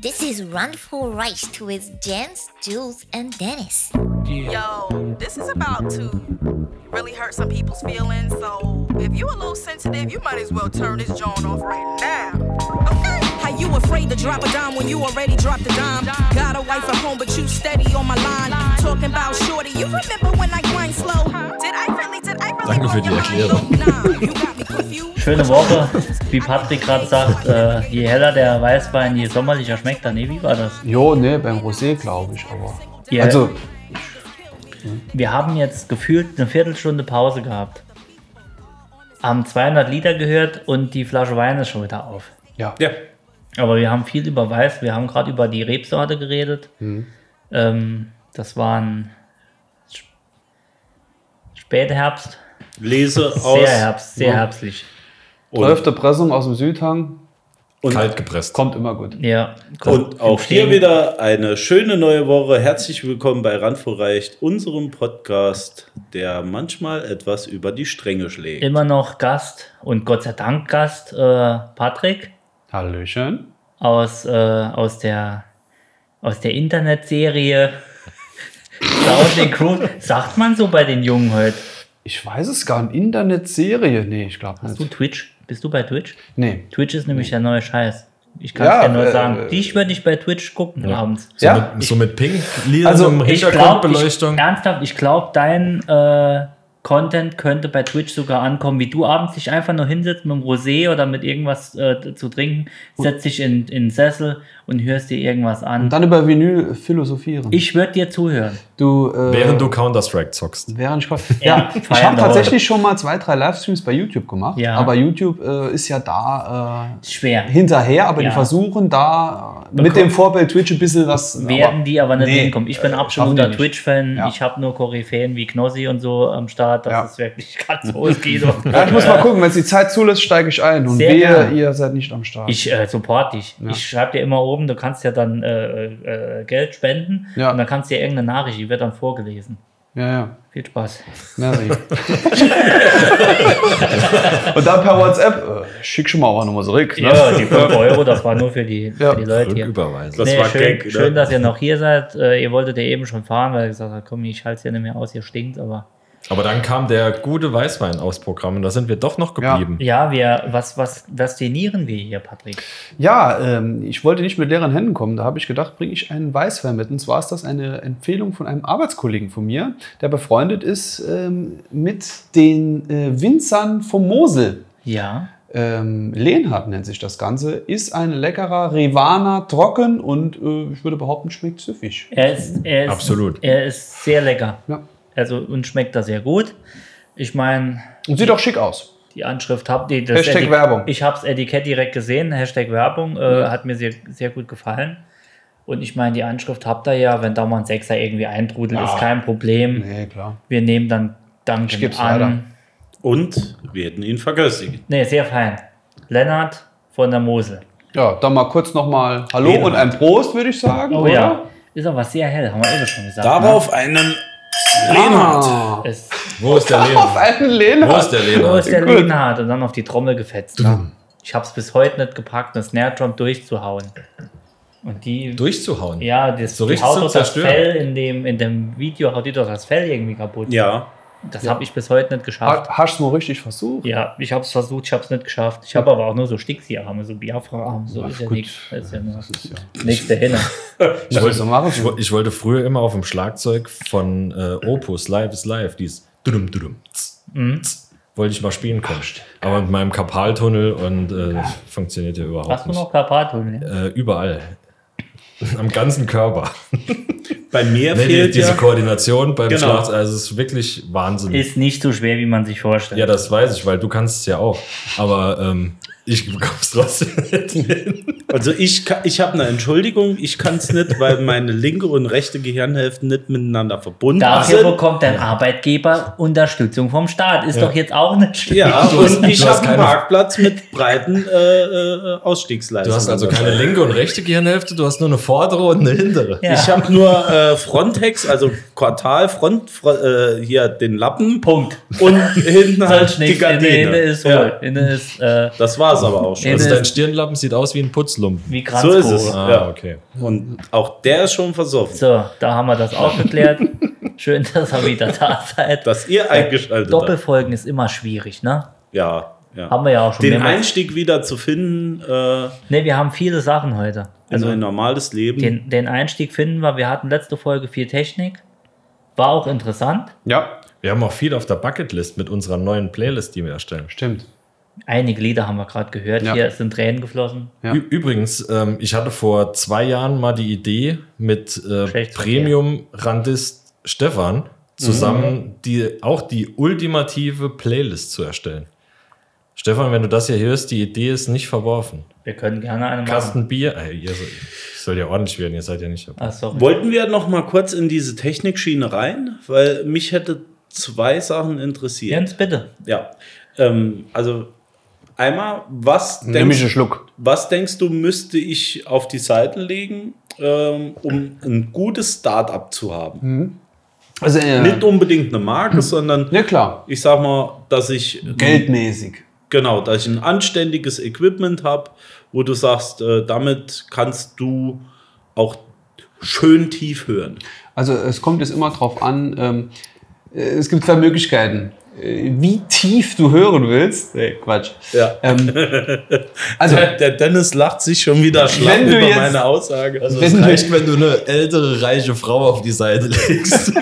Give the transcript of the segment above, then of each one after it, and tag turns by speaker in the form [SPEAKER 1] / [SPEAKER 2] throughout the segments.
[SPEAKER 1] This is Run for Rice with Jens, Jules, and Dennis.
[SPEAKER 2] Yo, this is about to really hurt some people's feelings. So if you a little sensitive, you might as well turn this joint off right now. Okay.
[SPEAKER 3] How you afraid to drop a dime when you already dropped a dime? Got a wife at home, but you steady on my line. Talking about shorty, you remember when I grind slow? Did I really, did I really?
[SPEAKER 4] Danke für die Erklärung.
[SPEAKER 3] Nah, you got me confused.
[SPEAKER 5] Schöne Woche. Wie Patrick gerade sagt, äh, je heller der Weißwein, je sommerlicher schmeckt er. Nee, wie war das?
[SPEAKER 6] Jo, ne, beim Rosé glaube ich, aber.
[SPEAKER 5] Ihr-
[SPEAKER 6] Also,
[SPEAKER 5] wir haben jetzt gefühlt eine Viertelstunde Pause gehabt. Haben 200 Liter gehört und die Flasche Wein ist schon wieder auf.
[SPEAKER 6] ja.
[SPEAKER 4] Ja,
[SPEAKER 5] Aber wir haben viel über Weiß, wir haben gerade über die Rebsorte geredet.
[SPEAKER 6] Mhm.
[SPEAKER 5] Ähm, das war ein Sp- Spätherbst,
[SPEAKER 4] lese
[SPEAKER 5] sehr
[SPEAKER 4] aus
[SPEAKER 5] Herbst, sehr herbstlich.
[SPEAKER 6] Läuft der Pressung aus dem Südhang,
[SPEAKER 4] und,
[SPEAKER 6] Kalt.
[SPEAKER 4] und,
[SPEAKER 6] es kommt immer gut.
[SPEAKER 5] Ja,
[SPEAKER 4] und auch hier
[SPEAKER 5] Stehen.
[SPEAKER 4] wieder eine schöne neue Woche. Herzlich willkommen bei Randvorreicht, unserem Podcast, der manchmal etwas über die Stränge schlägt.
[SPEAKER 7] Genau.
[SPEAKER 5] immer noch Gast und Gott sei Dank Gast äh, Patrick
[SPEAKER 6] Hallöchen.
[SPEAKER 5] aus, äh, aus der aus der Internetserie Cloud and Crew. Sagt man so bei den Jungen heute?
[SPEAKER 6] Ich weiß es gar nicht. Internetserie? Nee, ich glaube
[SPEAKER 5] Hast du
[SPEAKER 6] nicht.
[SPEAKER 5] Twitch? Bist du bei Twitch?
[SPEAKER 6] Nee.
[SPEAKER 5] Twitch ist nämlich der neue Scheiß. Ich kann es
[SPEAKER 6] Ja,
[SPEAKER 5] dir nur
[SPEAKER 6] äh,
[SPEAKER 5] sagen.
[SPEAKER 6] äh,
[SPEAKER 5] Dich würde ich bei Twitch gucken abends.
[SPEAKER 6] Ja,
[SPEAKER 7] so, mit, so mit pink lila
[SPEAKER 6] Also, ich
[SPEAKER 5] Ich glaube,
[SPEAKER 7] Hintergrundbeleuchtung.
[SPEAKER 5] ernsthaft, ich glaube, dein äh, Content könnte bei Twitch sogar ankommen, wie du abends dich einfach nur hinsetzt mit einem Rosé oder mit irgendwas äh, zu trinken, setzt dich in, in den Sessel und hörst dir irgendwas
[SPEAKER 6] Und
[SPEAKER 5] an.
[SPEAKER 6] dann über Vinyl philosophieren.
[SPEAKER 5] Ich würde dir zuhören.
[SPEAKER 6] du, äh,
[SPEAKER 7] während du Counter-Strike zockst.
[SPEAKER 6] Während ich
[SPEAKER 5] Ja, feiern
[SPEAKER 6] ja, ich habe
[SPEAKER 5] wir heute.
[SPEAKER 6] tatsächlich schon mal zwei, drei Livestreams bei YouTube gemacht.
[SPEAKER 5] Ja.
[SPEAKER 6] Aber YouTube äh, ist ja da
[SPEAKER 5] Ist Schwer.
[SPEAKER 6] äh, hinterher, aber
[SPEAKER 5] Ja.
[SPEAKER 6] die versuchen da äh, mit dem Vorbild Twitch ein bisschen das.
[SPEAKER 5] Werden die aber nicht
[SPEAKER 6] nee,
[SPEAKER 5] hinkommen. Ich bin
[SPEAKER 6] äh,
[SPEAKER 5] absoluter
[SPEAKER 6] schaffen die nicht.
[SPEAKER 5] Twitch-Fan.
[SPEAKER 6] Ja.
[SPEAKER 5] Ich habe nur Koryphäen wie Knossi und so am Start. Das
[SPEAKER 6] Ja.
[SPEAKER 5] ist wirklich ganz hohes Kino.
[SPEAKER 6] Ja, ich muss mal gucken, wenn es die Zeit zulässt, steige ich ein. Und
[SPEAKER 5] Sehr
[SPEAKER 6] wehe,
[SPEAKER 5] gerne.
[SPEAKER 6] ihr seid nicht am Start.
[SPEAKER 5] Ich äh, support dich. Ich schreibe dir immer oben, du kannst ja dann äh, äh, Geld spenden
[SPEAKER 6] Ja.
[SPEAKER 5] und dann kannst du dir irgendeine Nachricht, die wird dann vorgelesen.
[SPEAKER 6] ja, ja.
[SPEAKER 5] Viel Spaß.
[SPEAKER 6] Merci. Und dann per WhatsApp, äh, schick schon mal auch nochmal zurück. Ne?
[SPEAKER 5] Ja, die 5 Euro, das war nur für die,
[SPEAKER 6] Ja.
[SPEAKER 5] für die Leute hier.
[SPEAKER 7] Rücküberweisen.
[SPEAKER 4] Das
[SPEAKER 5] Nee,
[SPEAKER 4] war
[SPEAKER 5] schön,
[SPEAKER 4] Gag, ne?
[SPEAKER 5] schön, dass ihr noch hier seid. Äh, ihr wolltet ja eben schon fahren, weil ihr gesagt habt, komm, ich halte es ja nicht mehr aus, ihr stinkt. Aber
[SPEAKER 7] Aber dann kam der gute Weißwein aufs Programm und da sind wir doch noch
[SPEAKER 6] Ja.
[SPEAKER 7] geblieben.
[SPEAKER 5] ja, wir, was, was, was trainieren wir hier, Patrick?
[SPEAKER 6] Ja, ähm, ich wollte nicht mit leeren Händen kommen. Da habe ich gedacht, bringe ich einen Weißwein mit. Und zwar ist das eine Empfehlung von einem Arbeitskollegen von mir, der befreundet ist ähm, mit den äh, Winzern vom Mosel.
[SPEAKER 5] Ja,
[SPEAKER 6] Ähm, Lehnhardt nennt sich das Ganze. Ist ein leckerer Rivana trocken und äh, ich würde behaupten, schmeckt süffig.
[SPEAKER 5] er ist, er ist,
[SPEAKER 7] Absolut.
[SPEAKER 5] Er ist sehr lecker.
[SPEAKER 6] Ja.
[SPEAKER 5] Also uns schmeckt das sehr gut. Ich meine,
[SPEAKER 6] Und sieht auch schick aus.
[SPEAKER 5] Die Anschrift habt ihr. das
[SPEAKER 6] Hashtag
[SPEAKER 5] Etik-
[SPEAKER 6] Werbung.
[SPEAKER 5] Ich habe das Etikett direkt gesehen. Hashtag Werbung äh, hat mir sehr, sehr gut gefallen. Und ich meine, die Anschrift habt ihr ja, wenn da mal ein Sechser irgendwie eintrudelt, ist kein Problem.
[SPEAKER 6] Nee, klar.
[SPEAKER 5] Wir nehmen dann
[SPEAKER 6] Ich
[SPEAKER 5] Duncan
[SPEAKER 6] geb's weiter.
[SPEAKER 5] an.
[SPEAKER 4] Und werden ihn vergöstigen.
[SPEAKER 5] Nee, sehr fein. Lennart von der Mosel.
[SPEAKER 6] Ja, dann mal kurz nochmal Hallo
[SPEAKER 4] Lehnhardt.
[SPEAKER 6] und ein Prost, würde ich sagen.
[SPEAKER 5] Oh
[SPEAKER 6] oder?
[SPEAKER 5] ja. Ist aber sehr hell, haben wir eben schon gesagt.
[SPEAKER 4] Darauf einen Lehnhardt.
[SPEAKER 6] Ah,
[SPEAKER 5] Ne? Es,
[SPEAKER 7] Wo ist der
[SPEAKER 6] auf
[SPEAKER 7] Lehnhardt?
[SPEAKER 6] einen
[SPEAKER 7] Wo
[SPEAKER 6] Lehnhardt.
[SPEAKER 7] ist der
[SPEAKER 5] so ist
[SPEAKER 7] Lehnhardt?
[SPEAKER 5] der
[SPEAKER 6] Gut. Mhm.
[SPEAKER 5] Lennart und dann auf die Trommel gefetzt. Ich habe es bis heute nicht gepackt, eine Snare Drum durchzuhauen. Und die
[SPEAKER 7] Durchzuhauen.
[SPEAKER 5] Ja, das,
[SPEAKER 7] So
[SPEAKER 5] die
[SPEAKER 7] richtig
[SPEAKER 5] haut
[SPEAKER 7] zum
[SPEAKER 5] doch das
[SPEAKER 7] Zerstören.
[SPEAKER 5] Fell in dem, in dem Video, haut die doch das Fell irgendwie kaputt.
[SPEAKER 4] Ja,
[SPEAKER 5] Das habe ich bis heute nicht geschafft.
[SPEAKER 6] Ha- Hast du mal richtig versucht?
[SPEAKER 5] Ja, ich habe es versucht, ich habe es nicht geschafft. Ich habe aber auch nur so Stixi-Arme, so Biafra-Arme, so ist ja
[SPEAKER 6] gut.
[SPEAKER 5] nichts. Das ist ja nur
[SPEAKER 6] ist ja.
[SPEAKER 5] nächste Hinne.
[SPEAKER 7] Ich wollte,
[SPEAKER 6] willst du machen?
[SPEAKER 7] ich, wo- ich wollte früher immer auf dem Schlagzeug von äh, Opus Live is Live dies dudum, dudum, tz, tz, wollte ich mal spielen können. Aber mit meinem Karpaltunnel und äh, funktioniert ja überhaupt
[SPEAKER 5] Hast du
[SPEAKER 7] nicht.
[SPEAKER 5] noch Karpathummel? ne?
[SPEAKER 7] Äh, überall. Am ganzen Körper.
[SPEAKER 4] bei mir
[SPEAKER 7] Nee, Ne, die,
[SPEAKER 4] fehlt
[SPEAKER 7] diese
[SPEAKER 4] ja.
[SPEAKER 7] Koordination beim
[SPEAKER 4] Genau.
[SPEAKER 7] Schlag, also es ist wirklich Wahnsinn.
[SPEAKER 5] Ist nicht so schwer, wie man sich vorstellt.
[SPEAKER 7] ja, das weiß ich, weil du kannst es ja auch. Aber ähm, ich bekomme es trotzdem nicht hin.
[SPEAKER 4] Also ich, ka- ich habe eine Entschuldigung, ich kann es nicht, weil meine linke und rechte Gehirnhälfte nicht miteinander verbunden
[SPEAKER 5] Dafür
[SPEAKER 4] sind.
[SPEAKER 5] bekommt dein Arbeitgeber Unterstützung vom Staat. Ist doch jetzt auch nicht schlecht.
[SPEAKER 4] Ja,
[SPEAKER 7] Du hast-
[SPEAKER 4] und ich
[SPEAKER 7] du hast
[SPEAKER 4] habe einen
[SPEAKER 7] keine-
[SPEAKER 4] Parkplatz mit breiten äh, äh,
[SPEAKER 7] Du
[SPEAKER 4] Ausstiegsleisten.
[SPEAKER 7] hast also keine linke und rechte Gehirnhälfte, du hast nur eine vordere und eine hintere.
[SPEAKER 5] Ja.
[SPEAKER 4] Ich habe nur äh, Frontex, also Quartal, Front, Fro- äh, hier den Lappen
[SPEAKER 5] Punkt.
[SPEAKER 4] und hinten halt
[SPEAKER 5] Solch
[SPEAKER 4] die
[SPEAKER 5] nichts. In der Hinde
[SPEAKER 4] Gardine.
[SPEAKER 5] ist
[SPEAKER 4] Ja,
[SPEAKER 5] wohl. Inne ist, äh,
[SPEAKER 4] das war war's aber auch schon.
[SPEAKER 5] Nee,
[SPEAKER 7] Also
[SPEAKER 5] nee.
[SPEAKER 7] dein Stirnlappen sieht aus wie ein Putzlumpen.
[SPEAKER 5] Wie
[SPEAKER 4] So
[SPEAKER 5] Kratzkohle.
[SPEAKER 4] ist es.
[SPEAKER 7] Ah,
[SPEAKER 4] ja.
[SPEAKER 7] okay.
[SPEAKER 4] Und auch der ist schon versoffen,
[SPEAKER 5] So, da haben wir das auch geklärt. Schön, dass ihr wieder da seid.
[SPEAKER 4] dass ihr eingeschaltet habt.
[SPEAKER 5] Äh, Doppelfolgen ist immer schwierig, ne?
[SPEAKER 4] Ja, ja.
[SPEAKER 5] Haben wir ja auch schon
[SPEAKER 4] Den
[SPEAKER 5] mehrmals-
[SPEAKER 4] Einstieg wieder zu finden äh, in
[SPEAKER 5] Ne, wir haben viele Sachen heute. Also
[SPEAKER 4] ein normales Leben.
[SPEAKER 5] den, den Einstieg finden wir. Wir hatten letzte Folge viel Technik. War auch interessant.
[SPEAKER 6] Ja,
[SPEAKER 7] Wir haben auch viel auf der Bucketlist mit unserer neuen Playlist, die wir erstellen.
[SPEAKER 6] stimmt.
[SPEAKER 5] Einige Lieder haben wir gerade gehört.
[SPEAKER 6] Ja.
[SPEAKER 5] Hier sind Tränen geflossen.
[SPEAKER 6] Ja.
[SPEAKER 7] Ü Übrigens, ähm, ich hatte vor zwei Jahren mal die Idee, mit äh,
[SPEAKER 5] Schlecht von dir.
[SPEAKER 7] Premium-Randist Stefan zusammen die, auch die ultimative Playlist zu erstellen. Stefan, wenn du das hier hörst, die Idee ist nicht verworfen.
[SPEAKER 5] Wir können gerne eine machen.
[SPEAKER 7] Kasten Bier, ey, ihr soll, ich soll ja ordentlich werden, ihr seid ja nicht dabei.
[SPEAKER 5] Ach, sorry.
[SPEAKER 4] Wollten wir noch mal kurz in diese Technikschiene rein, weil mich hätte zwei Sachen interessiert.
[SPEAKER 5] Jens, bitte.
[SPEAKER 4] Ja. Ähm, also einmal, was
[SPEAKER 6] Nimm ich einen
[SPEAKER 4] denkst,
[SPEAKER 6] Schluck.
[SPEAKER 4] was denkst du, müsste ich auf die Seiten legen, ähm, um ein gutes Start-up zu haben?
[SPEAKER 6] Also, äh,
[SPEAKER 4] Nicht unbedingt eine Marke, sondern
[SPEAKER 6] ja, klar.
[SPEAKER 4] ich sag mal, dass ich
[SPEAKER 6] Geldmäßig.
[SPEAKER 4] Genau, dass ich ein anständiges Equipment habe, wo du sagst, äh, damit kannst du auch schön tief hören.
[SPEAKER 6] Also es kommt jetzt immer drauf an, ähm, äh, es gibt zwei Möglichkeiten. Äh, Wie tief du hören willst. Nee, Quatsch.
[SPEAKER 4] Ja.
[SPEAKER 6] Ähm, also,
[SPEAKER 4] Der Dennis lacht sich schon wieder schlapp
[SPEAKER 6] Wenn du
[SPEAKER 4] über
[SPEAKER 6] jetzt-
[SPEAKER 4] meine Aussage. Also,
[SPEAKER 6] wenn du,
[SPEAKER 7] wenn du eine ältere, reiche Frau auf die Seite legst.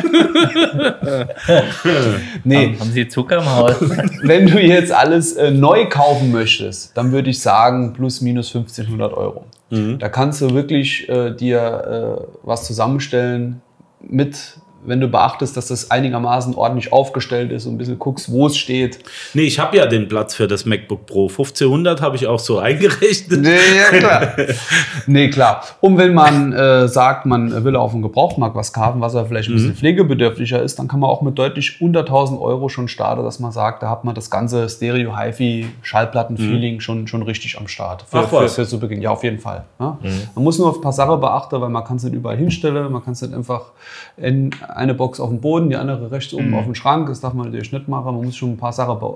[SPEAKER 6] nee,
[SPEAKER 5] Haben Sie Zucker im Haus?
[SPEAKER 6] wenn du jetzt alles äh, neu kaufen möchtest, dann würde ich sagen, plus minus 1500 Euro. Da kannst du wirklich äh, dir äh, was zusammenstellen mit, wenn du beachtest, dass das einigermaßen ordentlich aufgestellt ist und ein bisschen guckst, wo es steht.
[SPEAKER 4] nee, ich habe ja den Platz für das MacBook Pro. 1500 habe ich auch so eingerechnet.
[SPEAKER 6] Nee, ja, klar. nee, klar. Und wenn man äh, sagt, man will auf dem Gebrauchtmarkt was kaufen, was ja vielleicht ein bisschen pflegebedürftiger ist, dann kann man auch mit deutlich unter 1000 Euro schon starten, dass man sagt, da hat man das ganze Stereo-Hi-Fi-Schallplatten-Feeling schon, schon richtig am Start. Für,
[SPEAKER 4] Ach was.
[SPEAKER 6] Für, für zu Beginn. Ja, auf jeden Fall. Ja?
[SPEAKER 4] Mhm.
[SPEAKER 6] Man muss nur auf ein paar Sachen beachten, weil man kann es nicht überall hinstellen. Man kann es nicht einfach in eine Box auf den Boden, die andere rechts oben
[SPEAKER 4] Mhm.
[SPEAKER 6] auf den Schrank. Das darf man natürlich nicht machen. Man muss schon ein paar Sachen be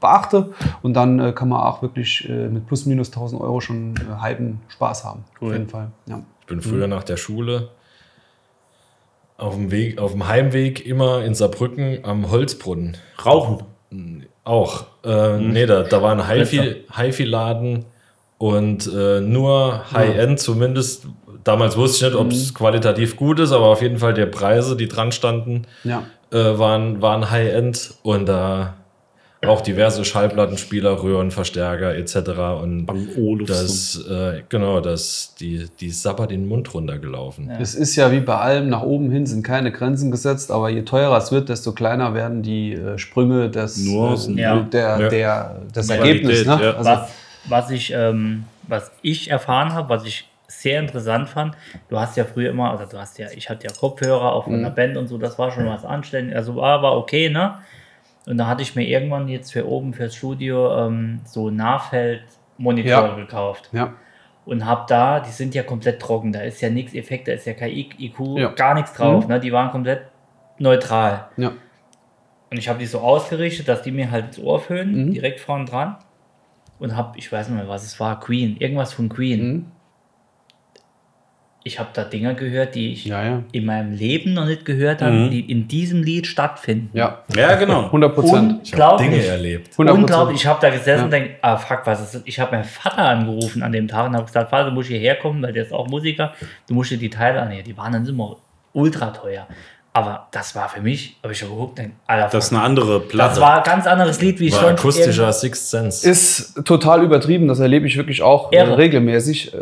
[SPEAKER 6] beachten. Und dann äh, kann man auch wirklich äh, mit plus minus 1000 Euro schon äh, halben Spaß haben. Auf jeden Fall. Ja.
[SPEAKER 7] Ich bin früher nach der Schule auf dem Weg, auf dem Heimweg immer in Saarbrücken am Holzbrunnen.
[SPEAKER 4] Rauchen.
[SPEAKER 7] Auch. Äh,
[SPEAKER 6] Hm.
[SPEAKER 7] Nee, da, da war ein Hi-Fi- Hi-Fi-Laden und äh, nur High-End zumindest. Damals wusste ich nicht, ob
[SPEAKER 6] Mhm.
[SPEAKER 7] es qualitativ gut ist, aber auf jeden Fall die Preise, die dran standen,
[SPEAKER 6] Ja.
[SPEAKER 7] äh, waren, waren High-End und da auch diverse Schallplattenspieler, Röhrenverstärker etc. Und
[SPEAKER 4] Am Olufsen.
[SPEAKER 7] das, äh, genau, das, die, die Sapper den Mund runtergelaufen.
[SPEAKER 6] Es ist ja wie bei allem, nach oben hin sind keine Grenzen gesetzt, aber je teurer es wird, desto kleiner werden die äh, Sprünge des,
[SPEAKER 4] Nuancen.
[SPEAKER 6] äh,
[SPEAKER 5] Ja.
[SPEAKER 6] der,
[SPEAKER 7] Ja.
[SPEAKER 6] der, des
[SPEAKER 4] Qualität,
[SPEAKER 6] Ergebnisses. Ne?
[SPEAKER 4] ja.
[SPEAKER 6] Also,
[SPEAKER 5] was, was, ich, ähm, was ich erfahren habe, was ich sehr interessant fand, du hast ja früher immer, also du hast ja, ich hatte ja Kopfhörer auch von
[SPEAKER 6] Mhm.
[SPEAKER 5] der Band und so, das war schon was anständig, also war, war okay, ne? Und da hatte ich mir irgendwann jetzt für oben fürs Studio ähm, so Nahfeld-Monitor
[SPEAKER 6] Ja.
[SPEAKER 5] gekauft
[SPEAKER 6] ja.
[SPEAKER 5] und habe da, die sind ja komplett trocken, da ist ja nichts Effekt, da ist ja kein I- IQ,
[SPEAKER 6] Ja. Mhm.
[SPEAKER 5] gar nichts drauf, ne? Die waren komplett neutral.
[SPEAKER 6] Ja.
[SPEAKER 5] Und ich habe die so ausgerichtet, dass die mir halt ins Ohr füllen,
[SPEAKER 6] Mhm.
[SPEAKER 5] direkt vorne dran. Und habe, ich weiß nicht mehr, was es war, Queen, irgendwas von Queen.
[SPEAKER 6] Mhm.
[SPEAKER 5] Ich habe da Dinger gehört, die ich
[SPEAKER 6] Ja, ja.
[SPEAKER 5] in meinem Leben noch nicht gehört habe,
[SPEAKER 4] Mhm.
[SPEAKER 5] die in diesem Lied stattfinden.
[SPEAKER 6] Ja,
[SPEAKER 4] Ja, genau.
[SPEAKER 6] 100 Prozent.
[SPEAKER 7] Ich habe
[SPEAKER 5] Unglaublich.
[SPEAKER 7] Dinge erlebt.
[SPEAKER 6] 100%.
[SPEAKER 5] Unglaublich, ich habe da gesessen
[SPEAKER 6] Ja.
[SPEAKER 5] und denke, ah fuck, was ist das? Ich habe meinen Vater angerufen an dem Tag und habe gesagt, Vater, du musst hierher kommen, weil der ist auch Musiker, du musst dir die Teile anhören. Die waren dann immer ultra teuer. Aber das war für mich, habe ich schon geguckt, denk, Alter,
[SPEAKER 4] Das ist
[SPEAKER 5] fuck,
[SPEAKER 4] eine andere Platte.
[SPEAKER 5] das war ein ganz anderes Lied, wie ich
[SPEAKER 7] War
[SPEAKER 5] sonst
[SPEAKER 7] akustischer Sixth Sense.
[SPEAKER 6] Ist total übertrieben, das erlebe ich wirklich auch äh,
[SPEAKER 5] Irre.
[SPEAKER 6] regelmäßig. Äh,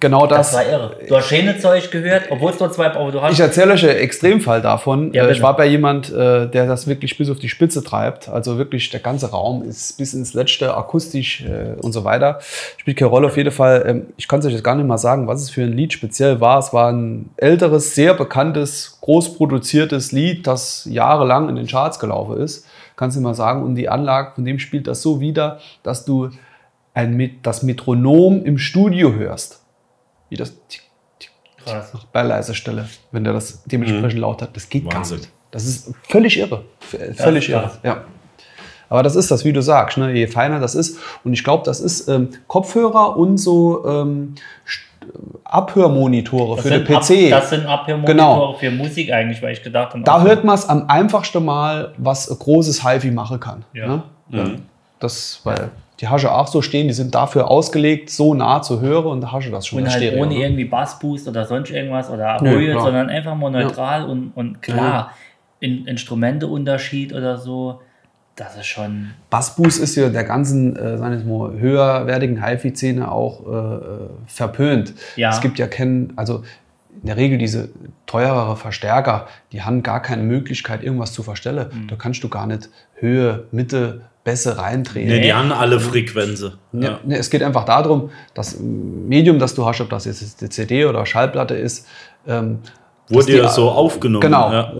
[SPEAKER 6] genau das.
[SPEAKER 5] Das war irre. Du hast Schänezeug gehört, obwohl es nur zwei, aber du hast.
[SPEAKER 6] ich erzähle euch einen Extremfall davon.
[SPEAKER 5] Ja,
[SPEAKER 6] Äh,
[SPEAKER 5] bitte.
[SPEAKER 6] ich war bei jemand, äh, der das wirklich bis auf die Spitze treibt. Also wirklich der ganze Raum ist bis ins Letzte akustisch äh, und so weiter. Spielt keine Rolle auf jeden Fall. Ähm, ich kann es euch jetzt gar nicht mal sagen, was es für ein Lied speziell war. Es war ein älteres, sehr bekanntes, groß produziertes Lied, das jahrelang in den Charts gelaufen ist. Kannst du mal sagen. Und die Anlage von dem spielt das so wieder, dass du ein, Met- das Metronom im Studio hörst. Wie das tick, tick,
[SPEAKER 5] Krass.
[SPEAKER 6] noch bei leiser Stelle, wenn der das
[SPEAKER 5] Mhm.
[SPEAKER 6] dementsprechend laut hat. Das geht
[SPEAKER 7] Wahnsinn.
[SPEAKER 6] gar nicht. Das ist völlig irre. V- Völlig irre.
[SPEAKER 5] krass.
[SPEAKER 6] Ja. Aber das ist das, wie du sagst, ne? je feiner das ist. Und ich glaube, das ist ähm, Kopfhörer und so ähm, St- Abhörmonitore für den
[SPEAKER 5] sind Ab-
[SPEAKER 6] PC.
[SPEAKER 5] das sind Abhörmonitore
[SPEAKER 6] Genau.
[SPEAKER 5] für Musik eigentlich, weil ich gedacht habe,
[SPEAKER 6] da hört man es am einfachsten mal, was ein großes HiFi machen kann.
[SPEAKER 5] Ja. Mhm.
[SPEAKER 6] Ne? Das, weil die Hasche auch so stehen, die sind dafür ausgelegt, so nah zu hören und da Hasche das schon
[SPEAKER 5] und
[SPEAKER 6] in
[SPEAKER 5] halt
[SPEAKER 6] Stereo,
[SPEAKER 5] ohne
[SPEAKER 6] ne?
[SPEAKER 5] irgendwie Bassboost oder sonst irgendwas oder
[SPEAKER 6] Nö,
[SPEAKER 5] Höhe,
[SPEAKER 6] klar.
[SPEAKER 5] sondern einfach mal neutral und, und klar. In, Instrumenteunterschied oder so, das ist schon.
[SPEAKER 6] Bassboost ist ja der ganzen, äh, sagen wir mal, höherwertigen HiFi-Szene auch äh, verpönt.
[SPEAKER 5] Ja.
[SPEAKER 6] Es gibt ja keinen, also in der Regel diese teurere Verstärker, die haben gar keine Möglichkeit, irgendwas zu verstellen. Da kannst du gar nicht Höhe, Mitte, Bässe reintreten.
[SPEAKER 4] Ne, die haben alle Frequenzen.
[SPEAKER 6] Ja. Ne, es geht einfach darum, das Medium, das du hast, ob das jetzt die CD oder Schallplatte ist, ähm, dass
[SPEAKER 4] Wurde
[SPEAKER 6] die-
[SPEAKER 4] ja so aufgenommen.
[SPEAKER 6] Genau,
[SPEAKER 4] Ja.
[SPEAKER 6] äh,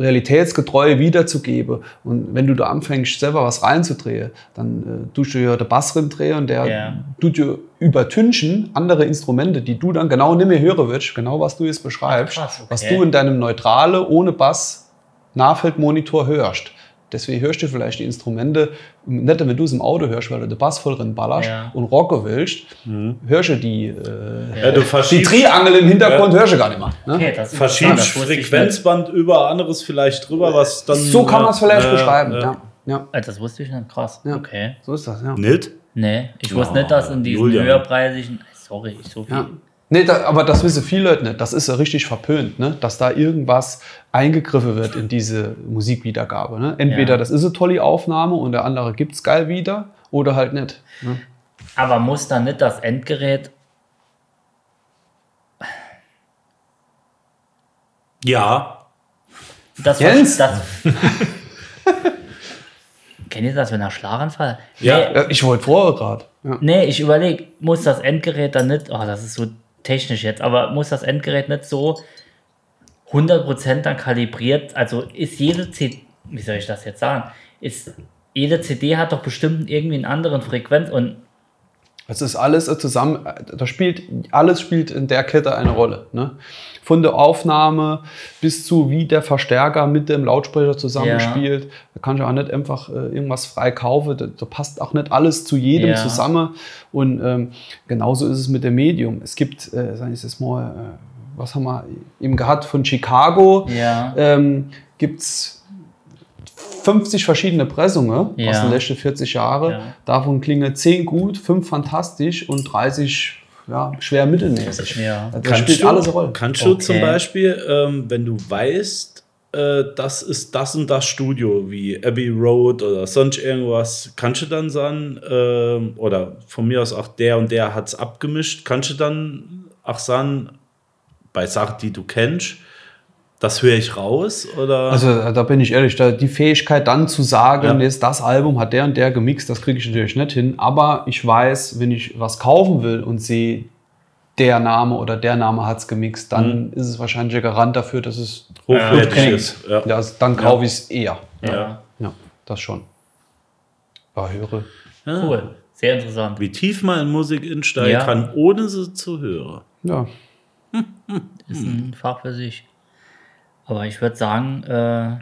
[SPEAKER 6] realitätsgetreu wiederzugeben. Und wenn du da anfängst, selber was reinzudrehen, dann äh, tust du ja den Bass drehen und der
[SPEAKER 5] Ja.
[SPEAKER 6] tut dir übertünchen andere Instrumente, die du dann genau nicht mehr hören wirst, genau was du jetzt beschreibst,
[SPEAKER 5] Ach, krass, okay.
[SPEAKER 6] was du in deinem neutrale, ohne Bass Nahfeldmonitor hörst. Deswegen hörst du vielleicht die Instrumente, nicht wenn du es im Auto hörst, weil du den Bass voll drin ballerst
[SPEAKER 5] Ja.
[SPEAKER 6] und rocken willst, hörst du die, äh,
[SPEAKER 4] Ja, du
[SPEAKER 6] die
[SPEAKER 4] verschiebst,
[SPEAKER 6] Triangel im Hintergrund, hörst du gar nicht mehr. Ne?
[SPEAKER 5] Okay, das ist interessant,
[SPEAKER 4] verschiebst
[SPEAKER 5] das wusste ich nicht.
[SPEAKER 4] Frequenzband über anderes vielleicht drüber, was dann.
[SPEAKER 6] So kann man es vielleicht
[SPEAKER 4] äh,
[SPEAKER 6] beschreiben.
[SPEAKER 4] äh,
[SPEAKER 6] Ja. Ja.
[SPEAKER 5] Äh, Das wusste ich nicht, krass.
[SPEAKER 6] Ja.
[SPEAKER 5] Okay.
[SPEAKER 6] So ist das, ja.
[SPEAKER 4] Nicht?
[SPEAKER 5] Nee, ich wusste
[SPEAKER 4] Ja,
[SPEAKER 5] nicht, dass in diesen
[SPEAKER 4] Julian.
[SPEAKER 5] höherpreisigen. Sorry, ich so viel.
[SPEAKER 6] ja. Nee, da, aber das wissen viele Leute nicht. Das ist ja richtig verpönt, ne? dass da irgendwas eingegriffen wird in diese Musikwiedergabe. Ne? Entweder
[SPEAKER 5] Ja.
[SPEAKER 6] das ist eine tolle Aufnahme und der andere gibt es geil wieder oder halt nicht. Ne?
[SPEAKER 5] Aber muss dann nicht das Endgerät.
[SPEAKER 4] Ja.
[SPEAKER 5] Das
[SPEAKER 6] Jens!
[SPEAKER 5] Das, Kennt ihr das, wenn er Schlaganfall?
[SPEAKER 7] Ja.
[SPEAKER 5] Nee,
[SPEAKER 6] Äh, ich wollte vorher gerade. Ja.
[SPEAKER 5] nee ich überlege, muss das Endgerät dann nicht. Oh, das ist so technisch jetzt, aber muss das Endgerät nicht so 100% dann kalibriert? Also ist jede CD. Wie soll ich das jetzt sagen? Ist. Jede CD hat doch bestimmt irgendwie einen anderen Frequenz und
[SPEAKER 6] Es ist alles äh, zusammen, äh, da spielt, alles spielt in der Kette eine Rolle. Ne? Von der Aufnahme bis zu wie der Verstärker mit dem Lautsprecher zusammenspielt. Da kann ich auch nicht einfach äh, irgendwas frei kaufen. Da, da passt auch nicht alles zu jedem
[SPEAKER 5] Ja.
[SPEAKER 6] zusammen. Und ähm, genauso ist es mit dem Medium. Es gibt, äh, sag ich jetzt mal, äh, was haben wir eben gehabt von Chicago,
[SPEAKER 5] Ja.
[SPEAKER 6] ähm, gibt es 50 verschiedene Pressungen
[SPEAKER 5] Ja.
[SPEAKER 6] aus den letzten 40 Jahren.
[SPEAKER 5] Ja.
[SPEAKER 6] Davon klingen 10 gut, 5 fantastisch und 30 ja, schwer mittelmäßig. Also,
[SPEAKER 5] Ja.
[SPEAKER 6] Das spielt
[SPEAKER 4] du,
[SPEAKER 6] alles eine Rolle.
[SPEAKER 4] Kannst du
[SPEAKER 5] Okay.
[SPEAKER 4] zum Beispiel, ähm, wenn du weißt, äh, das ist das und das Studio, wie Abbey Road oder sonst irgendwas, kannst du dann sagen, ähm, oder von mir aus auch der und der hat es abgemischt, kannst du dann auch sagen, bei Sachen, die du kennst, das höre ich raus? Oder?
[SPEAKER 6] Also äh, da bin ich ehrlich, da, die Fähigkeit dann zu sagen,
[SPEAKER 4] Ja.
[SPEAKER 6] jetzt das Album hat der und der gemixt, das kriege ich natürlich nicht hin. Aber ich weiß, wenn ich was kaufen will und sehe, der Name oder der Name hat es gemixt,
[SPEAKER 4] Mhm.
[SPEAKER 6] dann ist es wahrscheinlich der Garant dafür, dass es
[SPEAKER 4] Hochwertig
[SPEAKER 6] gut klingt.
[SPEAKER 4] ist, ja.
[SPEAKER 6] Ja, also dann kaufe ich es eher.
[SPEAKER 5] ja.
[SPEAKER 6] Ja, das schon. Ja, höre.
[SPEAKER 5] Ah. Cool. Sehr interessant.
[SPEAKER 4] wie tief man in Musik einsteigen
[SPEAKER 5] Ja.
[SPEAKER 4] kann, ohne sie zu hören.
[SPEAKER 6] Ja.
[SPEAKER 5] Ist ein Fach für sich. Aber ich würde sagen, äh,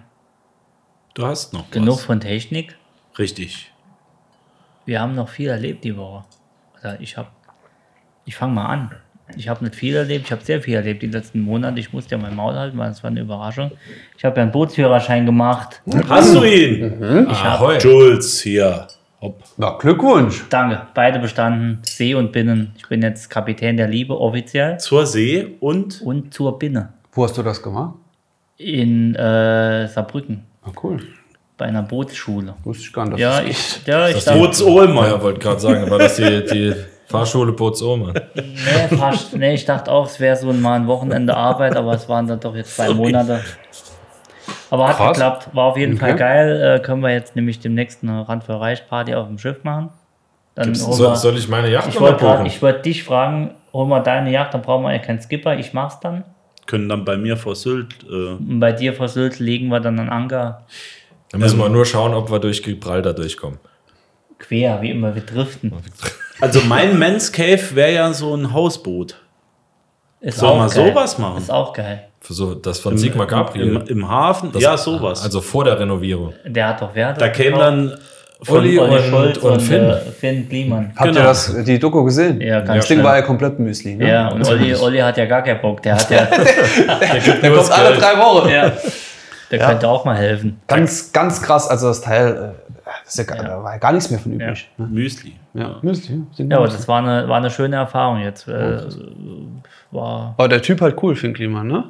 [SPEAKER 4] Du hast noch
[SPEAKER 5] genug von Technik.
[SPEAKER 4] was. Richtig.
[SPEAKER 5] Wir haben noch viel erlebt die Woche. Oder ich habe, ich fange mal an. Ich habe nicht viel erlebt, ich habe sehr viel erlebt die letzten Monate. Ich musste ja mein Maul halten, weil es war eine Überraschung. Ich habe ja einen Bootsführerschein gemacht.
[SPEAKER 4] Hast du ihn?
[SPEAKER 7] Ahoi.
[SPEAKER 4] Jules hier. Hopp.
[SPEAKER 6] Na, Glückwunsch.
[SPEAKER 5] Danke, beide bestanden, See und Binnen. Ich bin jetzt Kapitän der Liebe offiziell
[SPEAKER 4] Zur See und
[SPEAKER 5] und zur Binne
[SPEAKER 6] Wo hast du das gemacht?
[SPEAKER 5] in äh, Saarbrücken
[SPEAKER 6] Ah, cool.
[SPEAKER 5] bei
[SPEAKER 6] bei
[SPEAKER 5] einer Bootsschule.
[SPEAKER 6] Wusste ich gar nicht. dass
[SPEAKER 5] Ja,
[SPEAKER 6] das
[SPEAKER 5] ich, ja, ich
[SPEAKER 7] das die-
[SPEAKER 5] darf-
[SPEAKER 4] Boots Ohlmann.
[SPEAKER 7] Ja, wollte gerade sagen, war das die, die Fahrschule Bozomen?
[SPEAKER 5] Nee, fast. Nee, ich dachte auch, es wäre so ein mal ein Wochenende Arbeit, aber es waren dann doch jetzt zwei Monate. Aber hat
[SPEAKER 6] Krass.
[SPEAKER 5] geklappt. War auf jeden Fall
[SPEAKER 6] Okay.
[SPEAKER 5] geil. Äh, können wir jetzt nämlich demnächst eine Rand für Reich Party auf dem Schiff machen. Dann holen
[SPEAKER 7] So,
[SPEAKER 5] wir,
[SPEAKER 7] soll ich meine Yacht
[SPEAKER 5] ich
[SPEAKER 7] nochmal
[SPEAKER 5] wollte grad-
[SPEAKER 7] buchen?
[SPEAKER 5] ich wollte dich fragen, hol mal deine Yacht, dann brauchen wir ja keinen Skipper. Ich mach's dann.
[SPEAKER 4] können dann bei mir vor Sylt. Äh,
[SPEAKER 5] Und bei dir vor Sylt legen wir dann einen Anker
[SPEAKER 7] Dann müssen
[SPEAKER 5] Ähm,
[SPEAKER 7] wir nur schauen, ob wir durch Gibraltar durchkommen.
[SPEAKER 5] quer, wie immer, wir driften.
[SPEAKER 4] also mein Man's Cave wäre ja so ein Hausboot.
[SPEAKER 5] Ist
[SPEAKER 4] Sollen wir
[SPEAKER 5] auch geil.
[SPEAKER 4] sowas machen?
[SPEAKER 5] Ist auch geil.
[SPEAKER 7] Für so, das von Sigmar
[SPEAKER 4] Im,
[SPEAKER 7] Gabriel.
[SPEAKER 4] Im Hafen? ja, sowas.
[SPEAKER 7] Also vor der Renovierung.
[SPEAKER 5] Der hat doch Wert.
[SPEAKER 4] da käme dann
[SPEAKER 5] von
[SPEAKER 7] Olli
[SPEAKER 5] Olli
[SPEAKER 7] und-
[SPEAKER 5] Schulz
[SPEAKER 7] und Finn.
[SPEAKER 5] äh, Finn Kliemann.
[SPEAKER 6] Habt ihr
[SPEAKER 7] Genau.
[SPEAKER 6] das, die Doku gesehen?
[SPEAKER 5] Ja, ganz
[SPEAKER 6] Das Ding
[SPEAKER 5] schnell.
[SPEAKER 6] war ja komplett Müsli. Ne?
[SPEAKER 5] Ja, und Olli, Olli hat ja gar keinen Bock. Der hat ja,
[SPEAKER 6] Der kommt alle drei Wochen.
[SPEAKER 5] ja der könnte auch mal helfen.
[SPEAKER 6] Ganz, ganz krass. Also das Teil, äh, das ist ja, gar-
[SPEAKER 5] Ja.
[SPEAKER 6] da war ja gar nichts mehr von übrig. ne?
[SPEAKER 4] Müsli.
[SPEAKER 6] Ja. Müsli.
[SPEAKER 5] Ja, aber das war eine, war eine schöne Erfahrung jetzt. Äh, war,
[SPEAKER 6] Aber der Typ halt cool, Finn Kliman, ne?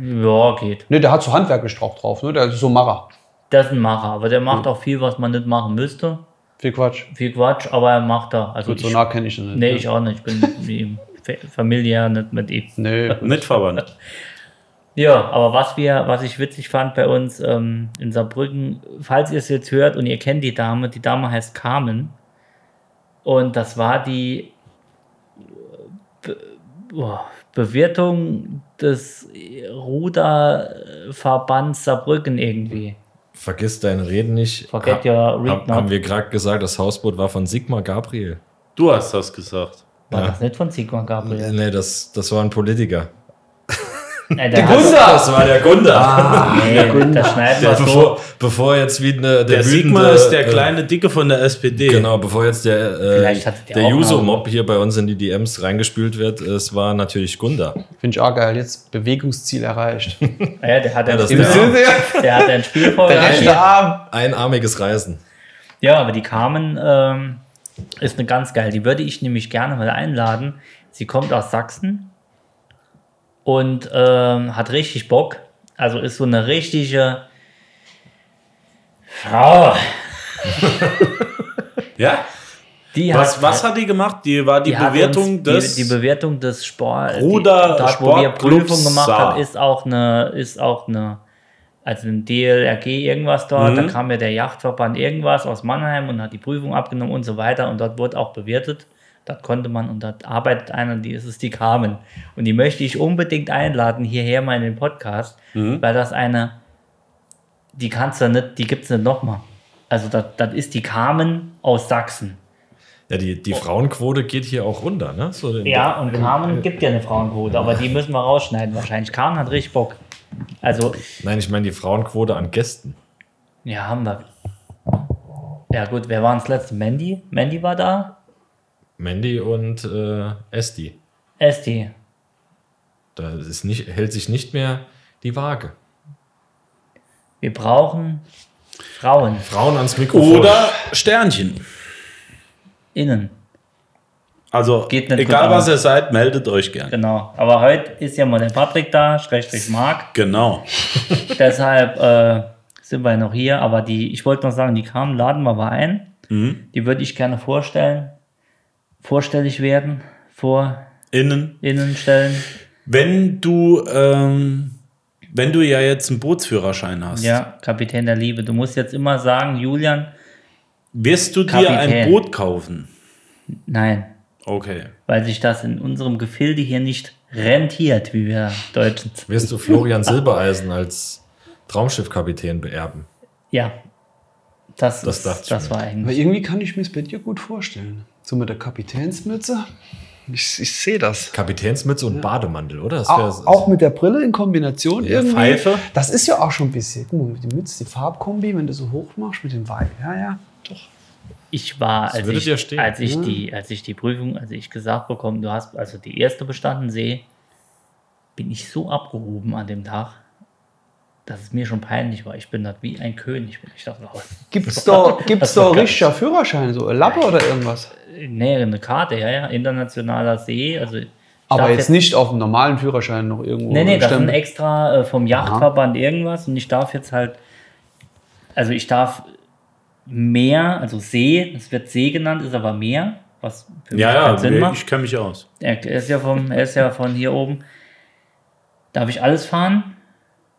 [SPEAKER 5] ja, geht.
[SPEAKER 6] Ne, der hat so handwerklich drauf drauf, ne? Der ist so Macher.
[SPEAKER 5] Das ist ein Macher, aber der macht auch viel, was man nicht machen müsste.
[SPEAKER 6] Viel Quatsch.
[SPEAKER 5] Viel Quatsch, aber er macht da. Also
[SPEAKER 6] Gut, so
[SPEAKER 5] ich,
[SPEAKER 6] nah kenne ich ihn nicht.
[SPEAKER 5] nee,
[SPEAKER 6] ne?
[SPEAKER 5] ich auch nicht. Ich bin mit ihm fa- familiär, nicht mit ihm.
[SPEAKER 6] Nee.
[SPEAKER 4] Nicht verwandt.
[SPEAKER 5] Ja, aber was wir, was ich witzig fand bei uns ähm, in Saarbrücken, falls ihr es jetzt hört und ihr kennt die Dame, die Dame heißt Carmen. Und das war die äh, Be boah, Bewirtung des Ruderverbands Saarbrücken irgendwie.
[SPEAKER 7] Vergiss deine Reden nicht.
[SPEAKER 5] Forget your read
[SPEAKER 7] haben,
[SPEAKER 5] not.
[SPEAKER 7] haben wir gerade gesagt, das Hausboot war von Sigmar Gabriel.
[SPEAKER 4] Du hast das gesagt.
[SPEAKER 5] War
[SPEAKER 7] Ja.
[SPEAKER 5] das nicht von Sigmar Gabriel?
[SPEAKER 7] Nee, das, das war ein Politiker. Mhm.
[SPEAKER 5] Äh, der hat-
[SPEAKER 7] Das war der Gunda.
[SPEAKER 5] nee, das schneiden wir Ah, so.
[SPEAKER 7] bevor, bevor jetzt wieder der,
[SPEAKER 4] Der
[SPEAKER 7] wütende,
[SPEAKER 4] Sigma ist der
[SPEAKER 7] äh,
[SPEAKER 4] kleine Dicke von der SPD.
[SPEAKER 7] Genau, bevor jetzt der, äh,
[SPEAKER 5] Vielleicht hat der
[SPEAKER 7] der
[SPEAKER 5] auch
[SPEAKER 7] Juso-Mob hier bei uns in die DMs reingespült wird, es war natürlich Gunda.
[SPEAKER 6] Finde ich auch geil. Jetzt Bewegungsziel erreicht.
[SPEAKER 5] Ah Ja, der hat
[SPEAKER 7] Ja,
[SPEAKER 5] ein
[SPEAKER 7] das
[SPEAKER 5] Spiel,
[SPEAKER 7] ist der-
[SPEAKER 5] der hat ein Spiel vorbereitet.
[SPEAKER 6] Arm.
[SPEAKER 7] Einarmiges Reisen.
[SPEAKER 5] Ja, aber die Carmen ähm, ist eine ganz geil. Die würde ich nämlich gerne mal einladen. Sie kommt aus Sachsen und ähm, hat richtig Bock. Also ist so eine richtige Frau.
[SPEAKER 4] Ja?
[SPEAKER 5] Die
[SPEAKER 4] Was,
[SPEAKER 5] hat, halt-
[SPEAKER 4] was hat die gemacht? Die war die,
[SPEAKER 5] die hat
[SPEAKER 4] Bewertung
[SPEAKER 5] uns,
[SPEAKER 4] des.
[SPEAKER 5] die, die Bewertung des Sport
[SPEAKER 4] Ruder-
[SPEAKER 5] die, dort, wo wir
[SPEAKER 4] Sportclubs
[SPEAKER 5] Prüfung gemacht
[SPEAKER 4] Saar.
[SPEAKER 5] haben, ist auch eine ist auch eine also ein DLRG irgendwas dort,
[SPEAKER 4] Mhm.
[SPEAKER 5] da kam ja der Yachtverband irgendwas aus Mannheim und hat die Prüfung abgenommen und so weiter und dort wurde auch bewertet. Dort konnte man und dort arbeitet einer, und die ist es die Carmen und die möchte ich unbedingt einladen hierher mal in den Podcast,
[SPEAKER 4] Mhm.
[SPEAKER 5] weil das eine die kannst du nicht, die gibt's nicht nochmal. Also das, das ist die Carmen aus Sachsen.
[SPEAKER 7] Ja, die, die Frauenquote geht hier auch runter, ne? So den-
[SPEAKER 5] Ja, und also- Carmen gibt ja eine Frauenquote, aber die müssen wir rausschneiden wahrscheinlich. Carmen hat richtig Bock. Also,
[SPEAKER 7] Nein, ich meine die Frauenquote an Gästen.
[SPEAKER 5] ja, haben wir. Ja gut, wer war das letzte? Mandy? Mandy war da?
[SPEAKER 7] Mandy und äh, Esti.
[SPEAKER 5] Esti.
[SPEAKER 7] Da ist nicht, hält sich nicht mehr die Waage.
[SPEAKER 5] Wir brauchen Frauen
[SPEAKER 7] Frauen ans Mikrofon.
[SPEAKER 4] oder Sternchen.
[SPEAKER 5] innen.
[SPEAKER 4] Also,
[SPEAKER 5] Geht nicht
[SPEAKER 4] egal
[SPEAKER 5] gut
[SPEAKER 4] was
[SPEAKER 5] aus.
[SPEAKER 4] ihr seid, meldet euch gern.
[SPEAKER 5] Genau. Aber heute ist ja mal der Patrick da, schrägstrich Marc.
[SPEAKER 4] Genau.
[SPEAKER 5] Deshalb äh, sind wir ja noch hier. Aber die, ich wollte noch sagen, die Carmen laden wir mal ein. Die würde ich gerne vorstellen. Vorstellig werden. Vor
[SPEAKER 4] Innen.
[SPEAKER 5] innen stellen.
[SPEAKER 4] Wenn du, ähm, wenn du ja jetzt einen Bootsführerschein hast,
[SPEAKER 5] Ja, Kapitän der Liebe. Du musst jetzt immer sagen, Julian,
[SPEAKER 4] wirst du dir
[SPEAKER 5] Kapitän.
[SPEAKER 4] ein Boot kaufen.
[SPEAKER 5] nein,
[SPEAKER 4] Okay.
[SPEAKER 5] weil sich das in unserem Gefilde hier nicht rentiert, wie wir Deutschen. sind.
[SPEAKER 7] Wirst du Florian Silbereisen als Traumschiffkapitän beerben?
[SPEAKER 5] Ja, das,
[SPEAKER 7] Das
[SPEAKER 5] ist,
[SPEAKER 7] dachte ich
[SPEAKER 5] das
[SPEAKER 7] mir.
[SPEAKER 5] war eigentlich.
[SPEAKER 6] Aber irgendwie kann ich mir es bei dir gut vorstellen. So mit der Kapitänsmütze. Ich, ich sehe das.
[SPEAKER 7] Kapitänsmütze und Bademantel, oder? Das wär-
[SPEAKER 6] Auch, auch mit der Brille in Kombination irgendwie.
[SPEAKER 4] Pfeife.
[SPEAKER 6] Das ist ja auch schon ein bisschen. Guck mal, mit der Mütze, die Farbkombi, wenn du so hoch machst mit dem Weib. Ja, ja, doch.
[SPEAKER 5] Ich war, als
[SPEAKER 7] würde dir
[SPEAKER 5] ich,
[SPEAKER 7] stehen,
[SPEAKER 5] als, ich die, als ich die Prüfung, als ich gesagt bekommen, du hast also die erste bestanden sehe, bin ich so abgehoben an dem Tag, dass es mir schon peinlich war. Ich bin dort wie ein König, bin ich da raus.
[SPEAKER 6] Gibt's da, gibt's
[SPEAKER 5] war
[SPEAKER 6] da
[SPEAKER 5] geil.
[SPEAKER 6] richtiger Führerschein, so eine Lappe oder irgendwas?
[SPEAKER 5] Nee, eine Karte, ja, ja, internationaler See. Also ich
[SPEAKER 6] Aber
[SPEAKER 5] darf
[SPEAKER 6] jetzt nicht auf dem normalen Führerschein noch irgendwo.
[SPEAKER 5] Nee, nee, das sind
[SPEAKER 6] stempeln.
[SPEAKER 5] extra äh, vom Yachtverband irgendwas und ich darf jetzt halt, also ich darf Meer, also See, es wird See genannt, ist aber Meer, was für mich
[SPEAKER 4] Ja,
[SPEAKER 5] keinen
[SPEAKER 4] ja,
[SPEAKER 5] Sinn
[SPEAKER 4] wir-
[SPEAKER 5] macht.
[SPEAKER 4] ich kenne mich aus.
[SPEAKER 5] Er er ist ja, vom, er ist ja von hier oben. Darf ich alles fahren?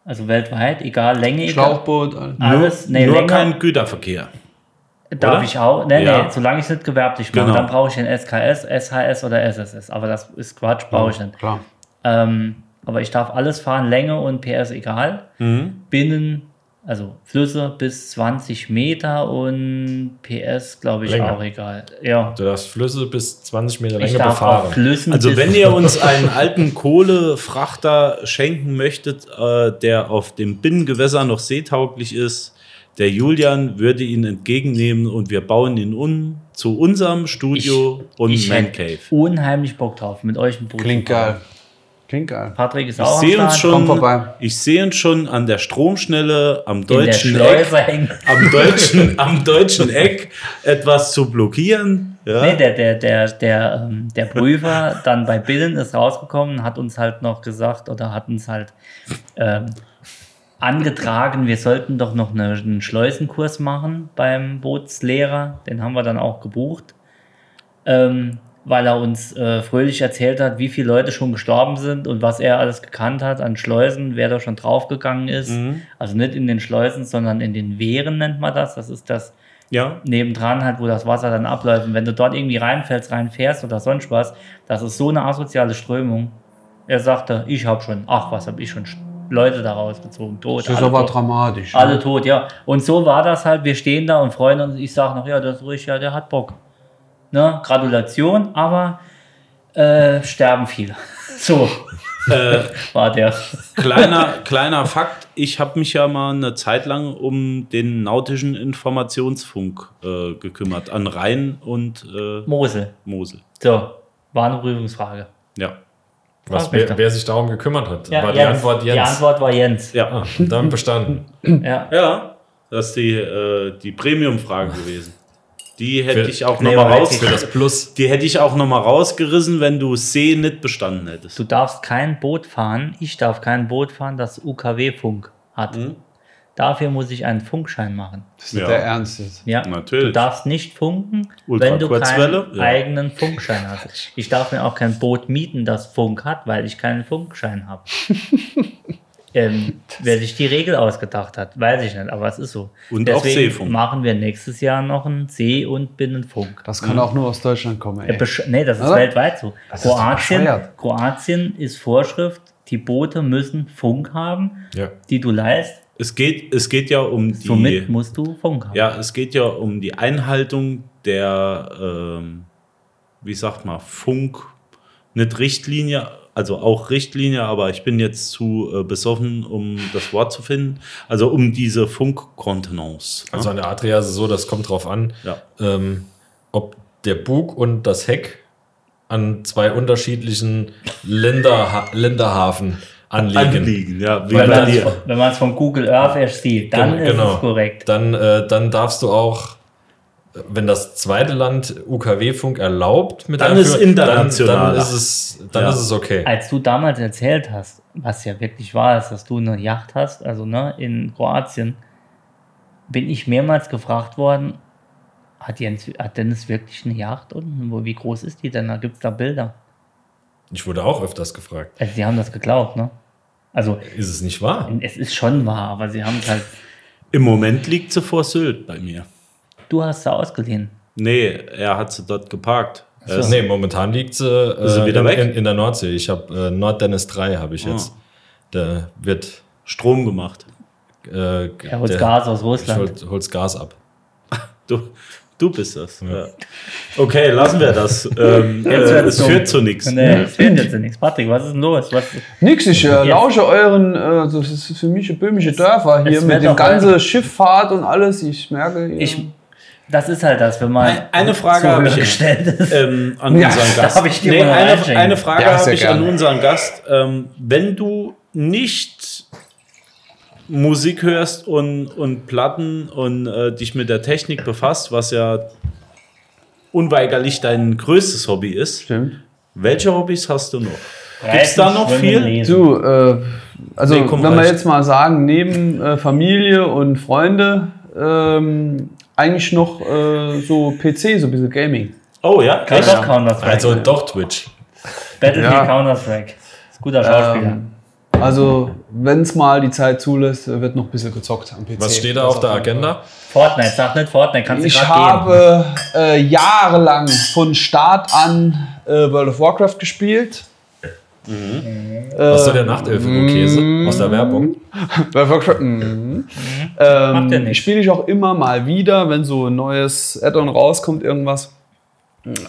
[SPEAKER 5] Also weltweit, egal, Länge, egal.
[SPEAKER 6] Schlauchboot. alles.
[SPEAKER 5] Alles, nee,
[SPEAKER 4] Nur
[SPEAKER 5] Länge
[SPEAKER 4] kein Güterverkehr.
[SPEAKER 5] darf
[SPEAKER 4] oder?
[SPEAKER 5] ich auch. Nee,
[SPEAKER 4] Ja.
[SPEAKER 5] nee, solange ich es nicht gewerblich mache,
[SPEAKER 4] Genau.
[SPEAKER 5] dann brauche ich den SKS, SHS oder SSS. Aber das ist Quatsch, brauche ich nicht.
[SPEAKER 6] Klar.
[SPEAKER 5] Ähm, aber ich darf alles fahren, Länge und PS egal.
[SPEAKER 4] Mhm.
[SPEAKER 5] Binnen, also Flüsse bis 20 Meter und PS, glaube ich,
[SPEAKER 7] Länger.
[SPEAKER 5] auch egal. Ja,
[SPEAKER 7] Du darfst Flüsse bis 20 Meter
[SPEAKER 5] ich
[SPEAKER 7] Länge
[SPEAKER 5] darf auf
[SPEAKER 7] befahren.
[SPEAKER 5] Flüssen.
[SPEAKER 4] Also
[SPEAKER 5] bis-
[SPEAKER 4] wenn ihr uns einen alten Kohlefrachter schenken möchtet, äh, der auf dem Binnengewässer noch seetauglich ist, Der Julian würde ihn entgegennehmen und wir bauen ihn um zu unserem Studio und
[SPEAKER 5] ich
[SPEAKER 4] Man
[SPEAKER 5] hätte
[SPEAKER 4] Cave.
[SPEAKER 5] unheimlich Bock drauf, mit euch ein Boot.
[SPEAKER 6] Klingt geil. Klingt geil.
[SPEAKER 5] Patrick ist
[SPEAKER 4] Ich
[SPEAKER 5] auch
[SPEAKER 4] sehe
[SPEAKER 5] am
[SPEAKER 4] uns
[SPEAKER 5] Start.
[SPEAKER 4] schon,
[SPEAKER 6] vorbei.
[SPEAKER 4] ich sehe uns schon an der Stromschnelle am
[SPEAKER 5] in der
[SPEAKER 4] deutschen Eck,
[SPEAKER 5] Schleuse hängen.
[SPEAKER 4] am deutschen, am deutschen Eck etwas zu blockieren. Ja?
[SPEAKER 5] Nee, der, der, der, der, ähm, der Prüfer dann bei Billen ist rausgekommen, hat uns halt noch gesagt oder hat uns halt ähm, angetragen, wir sollten doch noch eine, einen Schleusenkurs machen beim Bootslehrer. Den haben wir dann auch gebucht, ähm, weil er uns äh, fröhlich erzählt hat, wie viele Leute schon gestorben sind und was er alles gekannt hat an Schleusen, wer da schon draufgegangen ist. Also nicht in den Schleusen, sondern in den Wehren nennt man das. Das ist das
[SPEAKER 4] ja.
[SPEAKER 5] nebendran halt, wo das Wasser dann abläuft. Und wenn du dort irgendwie reinfällst, reinfährst oder sonst was, das ist so eine asoziale Strömung. Er sagte, ich habe schon, ach, was habe ich schon Sch- Leute da rausgezogen, tot.
[SPEAKER 6] Das ist
[SPEAKER 5] alle
[SPEAKER 6] aber
[SPEAKER 5] tot.
[SPEAKER 6] dramatisch. ne?
[SPEAKER 5] Alle tot, ja. Und so war das halt, wir stehen da und freuen uns. Ich sage noch, ja, das ist ruhig, ja, der hat Bock. Ne? Gratulation, aber äh, sterben viele. So
[SPEAKER 4] Äh,
[SPEAKER 5] war der.
[SPEAKER 4] kleiner, kleiner Fakt, ich habe mich ja mal eine Zeit lang um den nautischen Informationsfunk äh, gekümmert, an Rhein und äh,
[SPEAKER 5] Mosel.
[SPEAKER 4] Mosel.
[SPEAKER 5] So, war eine Prüfungsfrage.
[SPEAKER 4] Ja,
[SPEAKER 7] Was,
[SPEAKER 5] mich
[SPEAKER 7] wer,
[SPEAKER 5] doch.
[SPEAKER 7] wer sich darum gekümmert hat,
[SPEAKER 5] Ja,
[SPEAKER 7] war die
[SPEAKER 5] Jens.
[SPEAKER 7] Antwort Jens.
[SPEAKER 5] Die Antwort war Jens.
[SPEAKER 4] ja.
[SPEAKER 7] Ah, dann bestanden.
[SPEAKER 5] Ja.
[SPEAKER 4] Ja, das ist die, äh, die
[SPEAKER 5] Ah.
[SPEAKER 4] Premium-Frage gewesen. Die hätte
[SPEAKER 7] Für-
[SPEAKER 4] ich auch
[SPEAKER 5] Nee,
[SPEAKER 4] nochmal
[SPEAKER 5] aber
[SPEAKER 4] raus.
[SPEAKER 5] wirklich.
[SPEAKER 7] Für das Plus.
[SPEAKER 4] Die hätte ich auch noch mal rausgerissen, wenn du C nicht bestanden hättest.
[SPEAKER 5] du darfst kein Boot fahren, ich darf kein Boot fahren, das UKW-Funk hat.
[SPEAKER 4] Mhm.
[SPEAKER 5] Dafür muss ich einen Funkschein machen.
[SPEAKER 6] Das ist nicht
[SPEAKER 4] Ja.
[SPEAKER 6] der Ernst jetzt.
[SPEAKER 5] Ja,
[SPEAKER 4] Natürlich.
[SPEAKER 5] Du darfst nicht funken,
[SPEAKER 4] Ultra
[SPEAKER 5] wenn du
[SPEAKER 4] Kurzwelle,
[SPEAKER 5] keinen
[SPEAKER 4] ja.
[SPEAKER 5] eigenen Funkschein hast. Ich darf mir auch kein Boot mieten, das Funk hat, weil ich keinen Funkschein habe. ähm, wer sich die Regel ausgedacht hat, weiß ich nicht, aber es ist so.
[SPEAKER 4] Und auch Seefunk.
[SPEAKER 5] machen wir nächstes Jahr noch einen See- und Binnenfunk.
[SPEAKER 6] Das kann auch nur aus Deutschland kommen,
[SPEAKER 5] Äh,
[SPEAKER 6] ey.
[SPEAKER 5] besch- Nee, das ist
[SPEAKER 6] Oder?
[SPEAKER 5] weltweit so.
[SPEAKER 6] ist doch
[SPEAKER 5] Kroatien,
[SPEAKER 6] bescheuert.
[SPEAKER 5] Kroatien ist Vorschrift, die Boote müssen Funk haben,
[SPEAKER 7] Ja.
[SPEAKER 5] die du leist.
[SPEAKER 4] Es geht, es geht ja um die,
[SPEAKER 5] Somit musst du Funk haben.
[SPEAKER 4] ja, es geht ja um die Einhaltung der, ähm, wie sagt man, Funk, nicht Richtlinie, also auch Richtlinie, aber ich bin jetzt zu äh, besoffen, um das Wort zu finden. Also um diese Funkkontenance. ne?
[SPEAKER 7] Also an der Adria ist es so, das kommt drauf an,
[SPEAKER 4] Ja.
[SPEAKER 7] ähm, ob der Bug und das Heck an zwei unterschiedlichen Länder, Länderhafen Also anliegen.
[SPEAKER 4] Anliegen, ja, wie
[SPEAKER 7] Weil
[SPEAKER 4] bei
[SPEAKER 7] das-
[SPEAKER 4] dir.
[SPEAKER 5] Wenn man es von Google Earth erst sieht, dann
[SPEAKER 7] Gen- genau.
[SPEAKER 5] ist
[SPEAKER 4] genau.
[SPEAKER 5] es korrekt.
[SPEAKER 7] Dann, äh, dann darfst du auch, wenn das zweite Land UKW-Funk erlaubt, mit
[SPEAKER 4] Dann
[SPEAKER 7] deinem
[SPEAKER 4] ist
[SPEAKER 7] Führer-
[SPEAKER 4] international.
[SPEAKER 7] Dann, dann ist es, dann
[SPEAKER 4] Ja.
[SPEAKER 7] ist es okay.
[SPEAKER 5] Als du damals erzählt hast, was ja wirklich wahr ist, dass du eine Yacht hast, also ne, in Kroatien, bin ich mehrmals gefragt worden, hat, Jens, hat Dennis wirklich eine Yacht unten? Wo- Wie groß ist die denn? Da gibt es da Bilder.
[SPEAKER 7] Ich wurde auch öfters gefragt.
[SPEAKER 5] Also die haben das geglaubt, ne? Also
[SPEAKER 7] Ist es nicht wahr?
[SPEAKER 5] es ist schon wahr, aber sie haben es halt.
[SPEAKER 4] Im Moment liegt sie vor Sylt bei mir.
[SPEAKER 5] Du hast sie ausgeliehen.
[SPEAKER 4] Nee, er hat sie dort geparkt. Er ist-
[SPEAKER 7] Äh, nee, momentan liegt sie, äh,
[SPEAKER 4] Ist sie wieder
[SPEAKER 7] in,
[SPEAKER 4] weg? Ah.
[SPEAKER 7] In, in der Nordsee. Ich habe äh, Norddennis 3 habe ich jetzt. Da wird
[SPEAKER 4] Strom gemacht.
[SPEAKER 7] äh,
[SPEAKER 5] Er holt
[SPEAKER 7] der-
[SPEAKER 5] Gas aus
[SPEAKER 7] Ich
[SPEAKER 5] Russland.
[SPEAKER 7] hol, hol's Gas ab.
[SPEAKER 4] Du, du bist das. Ja. Okay, lassen wir das. Ähm, äh, es
[SPEAKER 5] dumm.
[SPEAKER 4] führt zu nichts.
[SPEAKER 5] Nee, es fehlt jetzt nichts. Patrick, was ist denn los? Was,
[SPEAKER 6] Nix, ich äh, lausche euren, äh, das ist für mich böhmische Dörfer hier
[SPEAKER 5] es
[SPEAKER 6] mit
[SPEAKER 5] wird
[SPEAKER 6] dem
[SPEAKER 5] doch
[SPEAKER 6] ganzen
[SPEAKER 5] ein-
[SPEAKER 6] Schifffahrt und alles. Ich merke, ja.
[SPEAKER 5] ich, das ist halt das, wenn man.
[SPEAKER 4] Ein- eine Frage
[SPEAKER 5] Zuhörer
[SPEAKER 4] habe ich jetzt.
[SPEAKER 5] gestellt ist.
[SPEAKER 4] Ähm, an
[SPEAKER 6] Ja,
[SPEAKER 4] unseren
[SPEAKER 5] da
[SPEAKER 4] Gast.
[SPEAKER 5] hab ich dir
[SPEAKER 4] nee,
[SPEAKER 5] mal
[SPEAKER 4] eine,
[SPEAKER 5] reinschenken.
[SPEAKER 4] eine Frage
[SPEAKER 6] Ja,
[SPEAKER 4] habe
[SPEAKER 6] sehr
[SPEAKER 4] ich an
[SPEAKER 6] gerne.
[SPEAKER 4] unseren Gast. Ähm, wenn du nicht Musik hörst und, und Platten und äh, dich mit der Technik befasst, was ja unweigerlich dein größtes Hobby ist,
[SPEAKER 6] Stimmt.
[SPEAKER 4] welche Hobbys hast du noch?
[SPEAKER 5] Reiten,
[SPEAKER 4] da noch
[SPEAKER 5] Schwimmen,
[SPEAKER 4] viel?
[SPEAKER 5] Lesen.
[SPEAKER 6] Du, äh, also
[SPEAKER 4] Nee, komm,
[SPEAKER 6] wenn wir
[SPEAKER 4] reicht.
[SPEAKER 6] jetzt mal sagen, neben äh, Familie und Freunde, ähm, eigentlich noch äh, so PC, so ein bisschen Gaming.
[SPEAKER 4] Oh ja,
[SPEAKER 5] Kann
[SPEAKER 4] echt?
[SPEAKER 5] doch Counter-Strike.
[SPEAKER 7] Also
[SPEAKER 6] genau.
[SPEAKER 7] doch Twitch.
[SPEAKER 5] Battlefield
[SPEAKER 6] ja.
[SPEAKER 5] Counter-Strike. Ist guter Schauspieler.
[SPEAKER 6] Ähm, also wenn es mal die Zeit zulässt, äh, wird noch ein bisschen gezockt am PC.
[SPEAKER 7] Was steht da
[SPEAKER 6] Das
[SPEAKER 7] auf der
[SPEAKER 6] jeden Fall.
[SPEAKER 7] Agenda?
[SPEAKER 5] Fortnite, sag nicht Fortnite, kannst du
[SPEAKER 6] Ich
[SPEAKER 5] gerade gehen.
[SPEAKER 6] habe äh, jahrelang von Start an äh, World of Warcraft gespielt.
[SPEAKER 7] Was soll der
[SPEAKER 6] mm,
[SPEAKER 7] Nachtelfe-Käse aus der Werbung?
[SPEAKER 6] World of Warcraft. Mhm.
[SPEAKER 5] Macht ja
[SPEAKER 6] Ähm,
[SPEAKER 5] nichts.
[SPEAKER 6] Spiele ich auch immer mal wieder, wenn so ein neues Add-on rauskommt, irgendwas.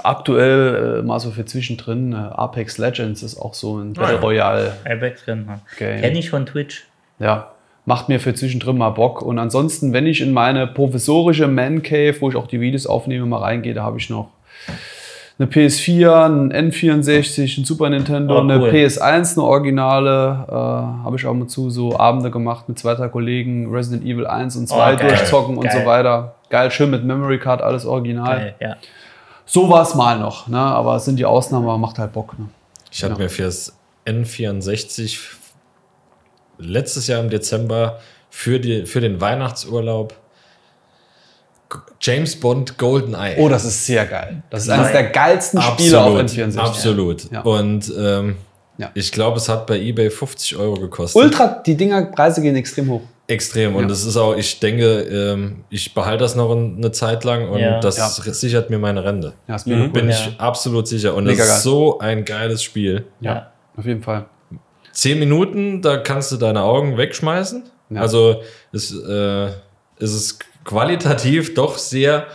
[SPEAKER 6] Aktuell äh, mal so für zwischendrin. Äh, Apex
[SPEAKER 5] Ah,
[SPEAKER 6] Legends ist auch so ein Battle Royale
[SPEAKER 5] Apex kennt man.
[SPEAKER 6] Game.
[SPEAKER 5] Kenn ich von Twitch.
[SPEAKER 6] Ja. macht mir für zwischendrin mal Bock. Und ansonsten, wenn ich in meine provisorische Man Cave, wo ich auch die Videos aufnehme, mal reingehe, da habe ich noch eine PS4, ein N64, ein Super Nintendo,
[SPEAKER 5] Oh,
[SPEAKER 6] eine
[SPEAKER 5] cool.
[SPEAKER 6] PS1, eine Originale. Äh, habe ich auch mal zu so Abende gemacht mit zwei, drei Kollegen, Resident Evil 1 und 2
[SPEAKER 5] Oh, geil.
[SPEAKER 6] durchzocken und
[SPEAKER 5] Geil.
[SPEAKER 6] so weiter. Geil, schön mit Memory Card, alles original.
[SPEAKER 5] Geil, ja.
[SPEAKER 6] So war es mal noch, ne? aber es sind die Ausnahmen, aber macht halt Bock. Ne?
[SPEAKER 7] Ich habe
[SPEAKER 6] Ja.
[SPEAKER 7] mir fürs N64 letztes Jahr im Dezember für, die, für den Weihnachtsurlaub G- James Bond Golden Eye.
[SPEAKER 6] Oh, das ist sehr geil. Das ist
[SPEAKER 5] Nein.
[SPEAKER 6] eines der geilsten Spiele auf N64.
[SPEAKER 7] Absolut.
[SPEAKER 6] Ja.
[SPEAKER 7] Und ähm,
[SPEAKER 6] Ja.
[SPEAKER 7] ich glaube, es hat bei eBay 50 Euro gekostet.
[SPEAKER 6] Ultra, die Dinger, Preise gehen extrem hoch.
[SPEAKER 7] Extrem. Und
[SPEAKER 6] Ja.
[SPEAKER 7] das ist auch, ich denke, ähm, ich behalte das noch ein- eine Zeit lang und
[SPEAKER 5] Ja.
[SPEAKER 7] das
[SPEAKER 6] Ja.
[SPEAKER 7] sichert mir meine Rente.
[SPEAKER 6] Ja, ist mega cool.
[SPEAKER 7] Bin
[SPEAKER 5] Ja.
[SPEAKER 7] ich absolut sicher. Und
[SPEAKER 6] Mega
[SPEAKER 7] das
[SPEAKER 6] geil.
[SPEAKER 7] ist so ein geiles Spiel.
[SPEAKER 6] Ja, auf jeden Fall.
[SPEAKER 7] Zehn Minuten, da kannst du deine Augen wegschmeißen.
[SPEAKER 6] Ja.
[SPEAKER 7] Also es, äh, es ist qualitativ doch sehr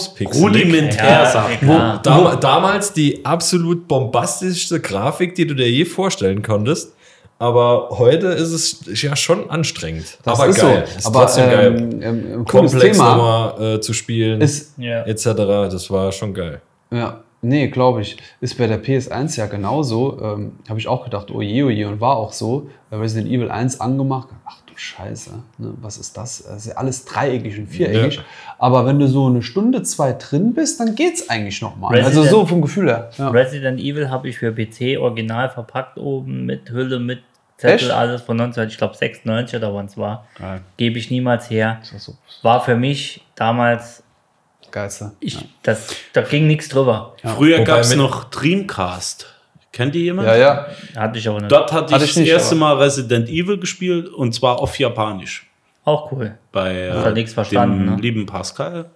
[SPEAKER 7] großpixelig.
[SPEAKER 4] Rudimentär,
[SPEAKER 5] Ja,
[SPEAKER 4] sagt
[SPEAKER 5] ja, klar.
[SPEAKER 4] man.
[SPEAKER 7] Dam damals die absolut bombastischste Grafik, die du dir je vorstellen konntest. Aber heute ist es ja schon anstrengend.
[SPEAKER 6] Das
[SPEAKER 7] aber
[SPEAKER 6] ist
[SPEAKER 7] geil.
[SPEAKER 6] so.
[SPEAKER 7] Ist
[SPEAKER 6] aber
[SPEAKER 7] trotzdem
[SPEAKER 6] ähm,
[SPEAKER 7] geil.
[SPEAKER 6] Ähm, ähm, cooles
[SPEAKER 7] Komplex
[SPEAKER 6] Thema
[SPEAKER 7] nochmal äh, zu spielen,
[SPEAKER 6] ist,
[SPEAKER 5] Ja.
[SPEAKER 7] etc. Das war schon geil.
[SPEAKER 6] ja, nee, glaube ich, ist bei der PS1 ja genauso. Ähm, Habe ich auch gedacht, oh je, oh je, und war auch so. Bei Resident Evil 1 angemacht, ach du Scheiße, ne, was ist das? Das ist ja alles dreieckig und viereckig.
[SPEAKER 7] Ja.
[SPEAKER 6] Aber wenn du so eine Stunde, zwei drin bist, dann geht's eigentlich nochmal. Also
[SPEAKER 5] Resident-
[SPEAKER 6] so vom Gefühl her. Ja.
[SPEAKER 5] Resident Evil habe ich für PC original verpackt oben mit Hülle, mit Zettel,
[SPEAKER 6] Echt?
[SPEAKER 5] alles von 19, ich glaube 96 oder wann es war.
[SPEAKER 6] Geil.
[SPEAKER 5] Gebe ich niemals her.
[SPEAKER 6] Das ist so
[SPEAKER 5] War für mich damals,
[SPEAKER 6] das Geilste.
[SPEAKER 5] ich, das, da ging nichts drüber.
[SPEAKER 4] Früher
[SPEAKER 7] Wobei
[SPEAKER 4] gab es
[SPEAKER 7] mit-
[SPEAKER 4] noch Dreamcast. Kennt ihr jemand?
[SPEAKER 6] Ja, ja.
[SPEAKER 5] Hatte ich aber nicht.
[SPEAKER 4] Dort hatte
[SPEAKER 6] Hatte
[SPEAKER 4] ich
[SPEAKER 6] ich
[SPEAKER 4] das
[SPEAKER 6] nicht,
[SPEAKER 4] erste
[SPEAKER 6] aber-
[SPEAKER 4] Mal Resident Evil gespielt und zwar auf Japanisch.
[SPEAKER 5] Auch cool.
[SPEAKER 4] Bei äh,
[SPEAKER 5] Hat er nichts verstanden,
[SPEAKER 4] dem
[SPEAKER 5] ne?
[SPEAKER 4] lieben Pascal.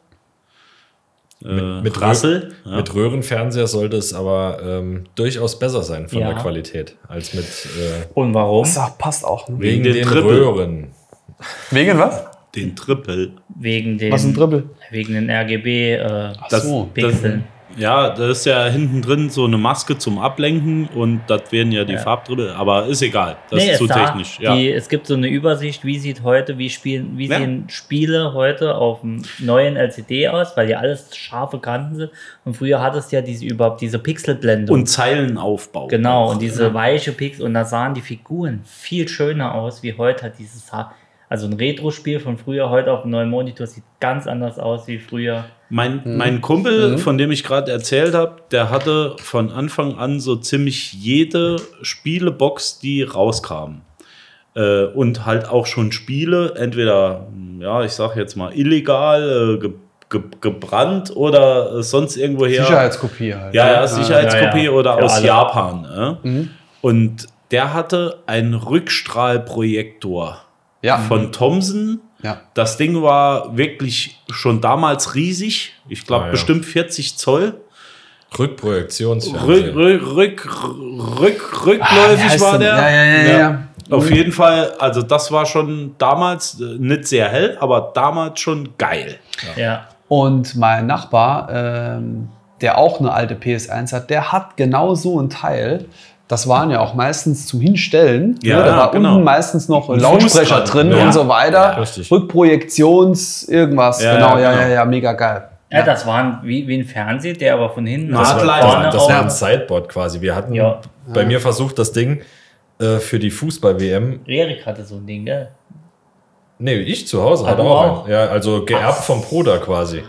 [SPEAKER 4] Äh,
[SPEAKER 7] mit
[SPEAKER 4] Rassel. Ja.
[SPEAKER 7] Mit Röhrenfernseher sollte es aber ähm, durchaus besser sein von
[SPEAKER 5] Ja.
[SPEAKER 7] der Qualität als mit äh,
[SPEAKER 5] Und warum?
[SPEAKER 6] Das passt auch. Ne?
[SPEAKER 7] wegen
[SPEAKER 4] den
[SPEAKER 7] den,
[SPEAKER 4] Triple.
[SPEAKER 7] Röhren.
[SPEAKER 6] Wegen was?
[SPEAKER 4] den Triple.
[SPEAKER 5] Wegen den,
[SPEAKER 6] Was ein Dribbel?
[SPEAKER 5] wegen den RGB äh,
[SPEAKER 4] Das,
[SPEAKER 6] so.
[SPEAKER 4] das,
[SPEAKER 5] Pixeln.
[SPEAKER 4] ja, da ist ja hinten drin so eine Maske zum Ablenken und das werden ja die Farbdribbel, aber ist egal. Das
[SPEAKER 5] Nee,
[SPEAKER 4] ist zu
[SPEAKER 5] da.
[SPEAKER 4] technisch. Ja.
[SPEAKER 5] Die, es gibt so eine Übersicht, wie sieht heute, wie spielen, wie
[SPEAKER 4] Ja.
[SPEAKER 5] sehen Spiele heute auf dem neuen LCD aus, weil ja alles scharfe Kanten sind. Und früher hattest du ja diese überhaupt diese Pixelblende.
[SPEAKER 4] Und Zeilenaufbau.
[SPEAKER 5] genau, und diese weiche Pixel. Und da sahen die Figuren viel schöner aus, wie heute hat dieses Ha- Also ein Retro-Spiel von früher heute auf dem neuen Monitor sieht ganz anders aus wie früher.
[SPEAKER 4] Mein,
[SPEAKER 5] Mhm.
[SPEAKER 4] mein Kumpel, von dem ich gerade erzählt habe, der hatte von Anfang an so ziemlich jede Spielebox, die rauskam. Äh, und halt auch schon Spiele, entweder, ja, ich sag jetzt mal, illegal, äh, ge ge gebrannt oder äh, sonst irgendwoher.
[SPEAKER 6] Sicherheitskopie halt.
[SPEAKER 4] Ja, ja, Sicherheitskopie
[SPEAKER 5] Ja, ja.
[SPEAKER 4] oder
[SPEAKER 5] Für
[SPEAKER 4] aus
[SPEAKER 5] alle. Mhm.
[SPEAKER 4] Japan. Ne? Und der hatte einen Rückstrahlprojektor
[SPEAKER 6] Ja. Mhm.
[SPEAKER 4] von Thomson.
[SPEAKER 6] Ja.
[SPEAKER 4] Das Ding war wirklich schon damals riesig. Ich glaube,
[SPEAKER 7] Ah, ja.
[SPEAKER 4] bestimmt 40 Zoll. Rück,
[SPEAKER 7] Rückprojektionsfernseher.
[SPEAKER 4] rück, rück, rück,
[SPEAKER 6] Ah, wie
[SPEAKER 4] rückläufig
[SPEAKER 6] heißt
[SPEAKER 4] war
[SPEAKER 6] denn?
[SPEAKER 4] der.
[SPEAKER 6] Ja, ja, ja, ja.
[SPEAKER 4] Auf jeden Fall, also das war schon damals äh, nicht sehr hell, aber damals schon geil.
[SPEAKER 5] Ja.
[SPEAKER 6] Und mein Nachbar, ähm, der auch eine alte PS1 hat, der hat genau so ein Teil. Das waren ja auch meistens zum Hinstellen.
[SPEAKER 4] Ja,
[SPEAKER 6] ne? Da war
[SPEAKER 4] genau.
[SPEAKER 6] unten meistens noch ein
[SPEAKER 4] Fuß
[SPEAKER 6] Lautsprecher
[SPEAKER 4] dran,
[SPEAKER 6] drin
[SPEAKER 4] ja.
[SPEAKER 6] und so weiter.
[SPEAKER 7] Ja, richtig.
[SPEAKER 6] Rückprojektions, irgendwas.
[SPEAKER 4] Ja,
[SPEAKER 6] genau,
[SPEAKER 4] ja,
[SPEAKER 6] ja,
[SPEAKER 4] genau.
[SPEAKER 6] ja, ja, mega geil.
[SPEAKER 5] Ja, das war wie, wie ein Fernseher, der aber von hinten
[SPEAKER 4] Das
[SPEAKER 5] nach
[SPEAKER 4] war-
[SPEAKER 5] vorne
[SPEAKER 7] Das, das war
[SPEAKER 5] auf-
[SPEAKER 7] ein Sideboard quasi. Wir hatten
[SPEAKER 5] ne? Ja.
[SPEAKER 7] bei mir versucht, das Ding äh, für die Fußball-WM.
[SPEAKER 5] Erik hatte so ein Ding, gell?
[SPEAKER 7] Nee, ich zu Hause hatte
[SPEAKER 5] du
[SPEAKER 7] auch
[SPEAKER 5] auch?
[SPEAKER 7] einen. Ja, also geerbt vom Bruder quasi.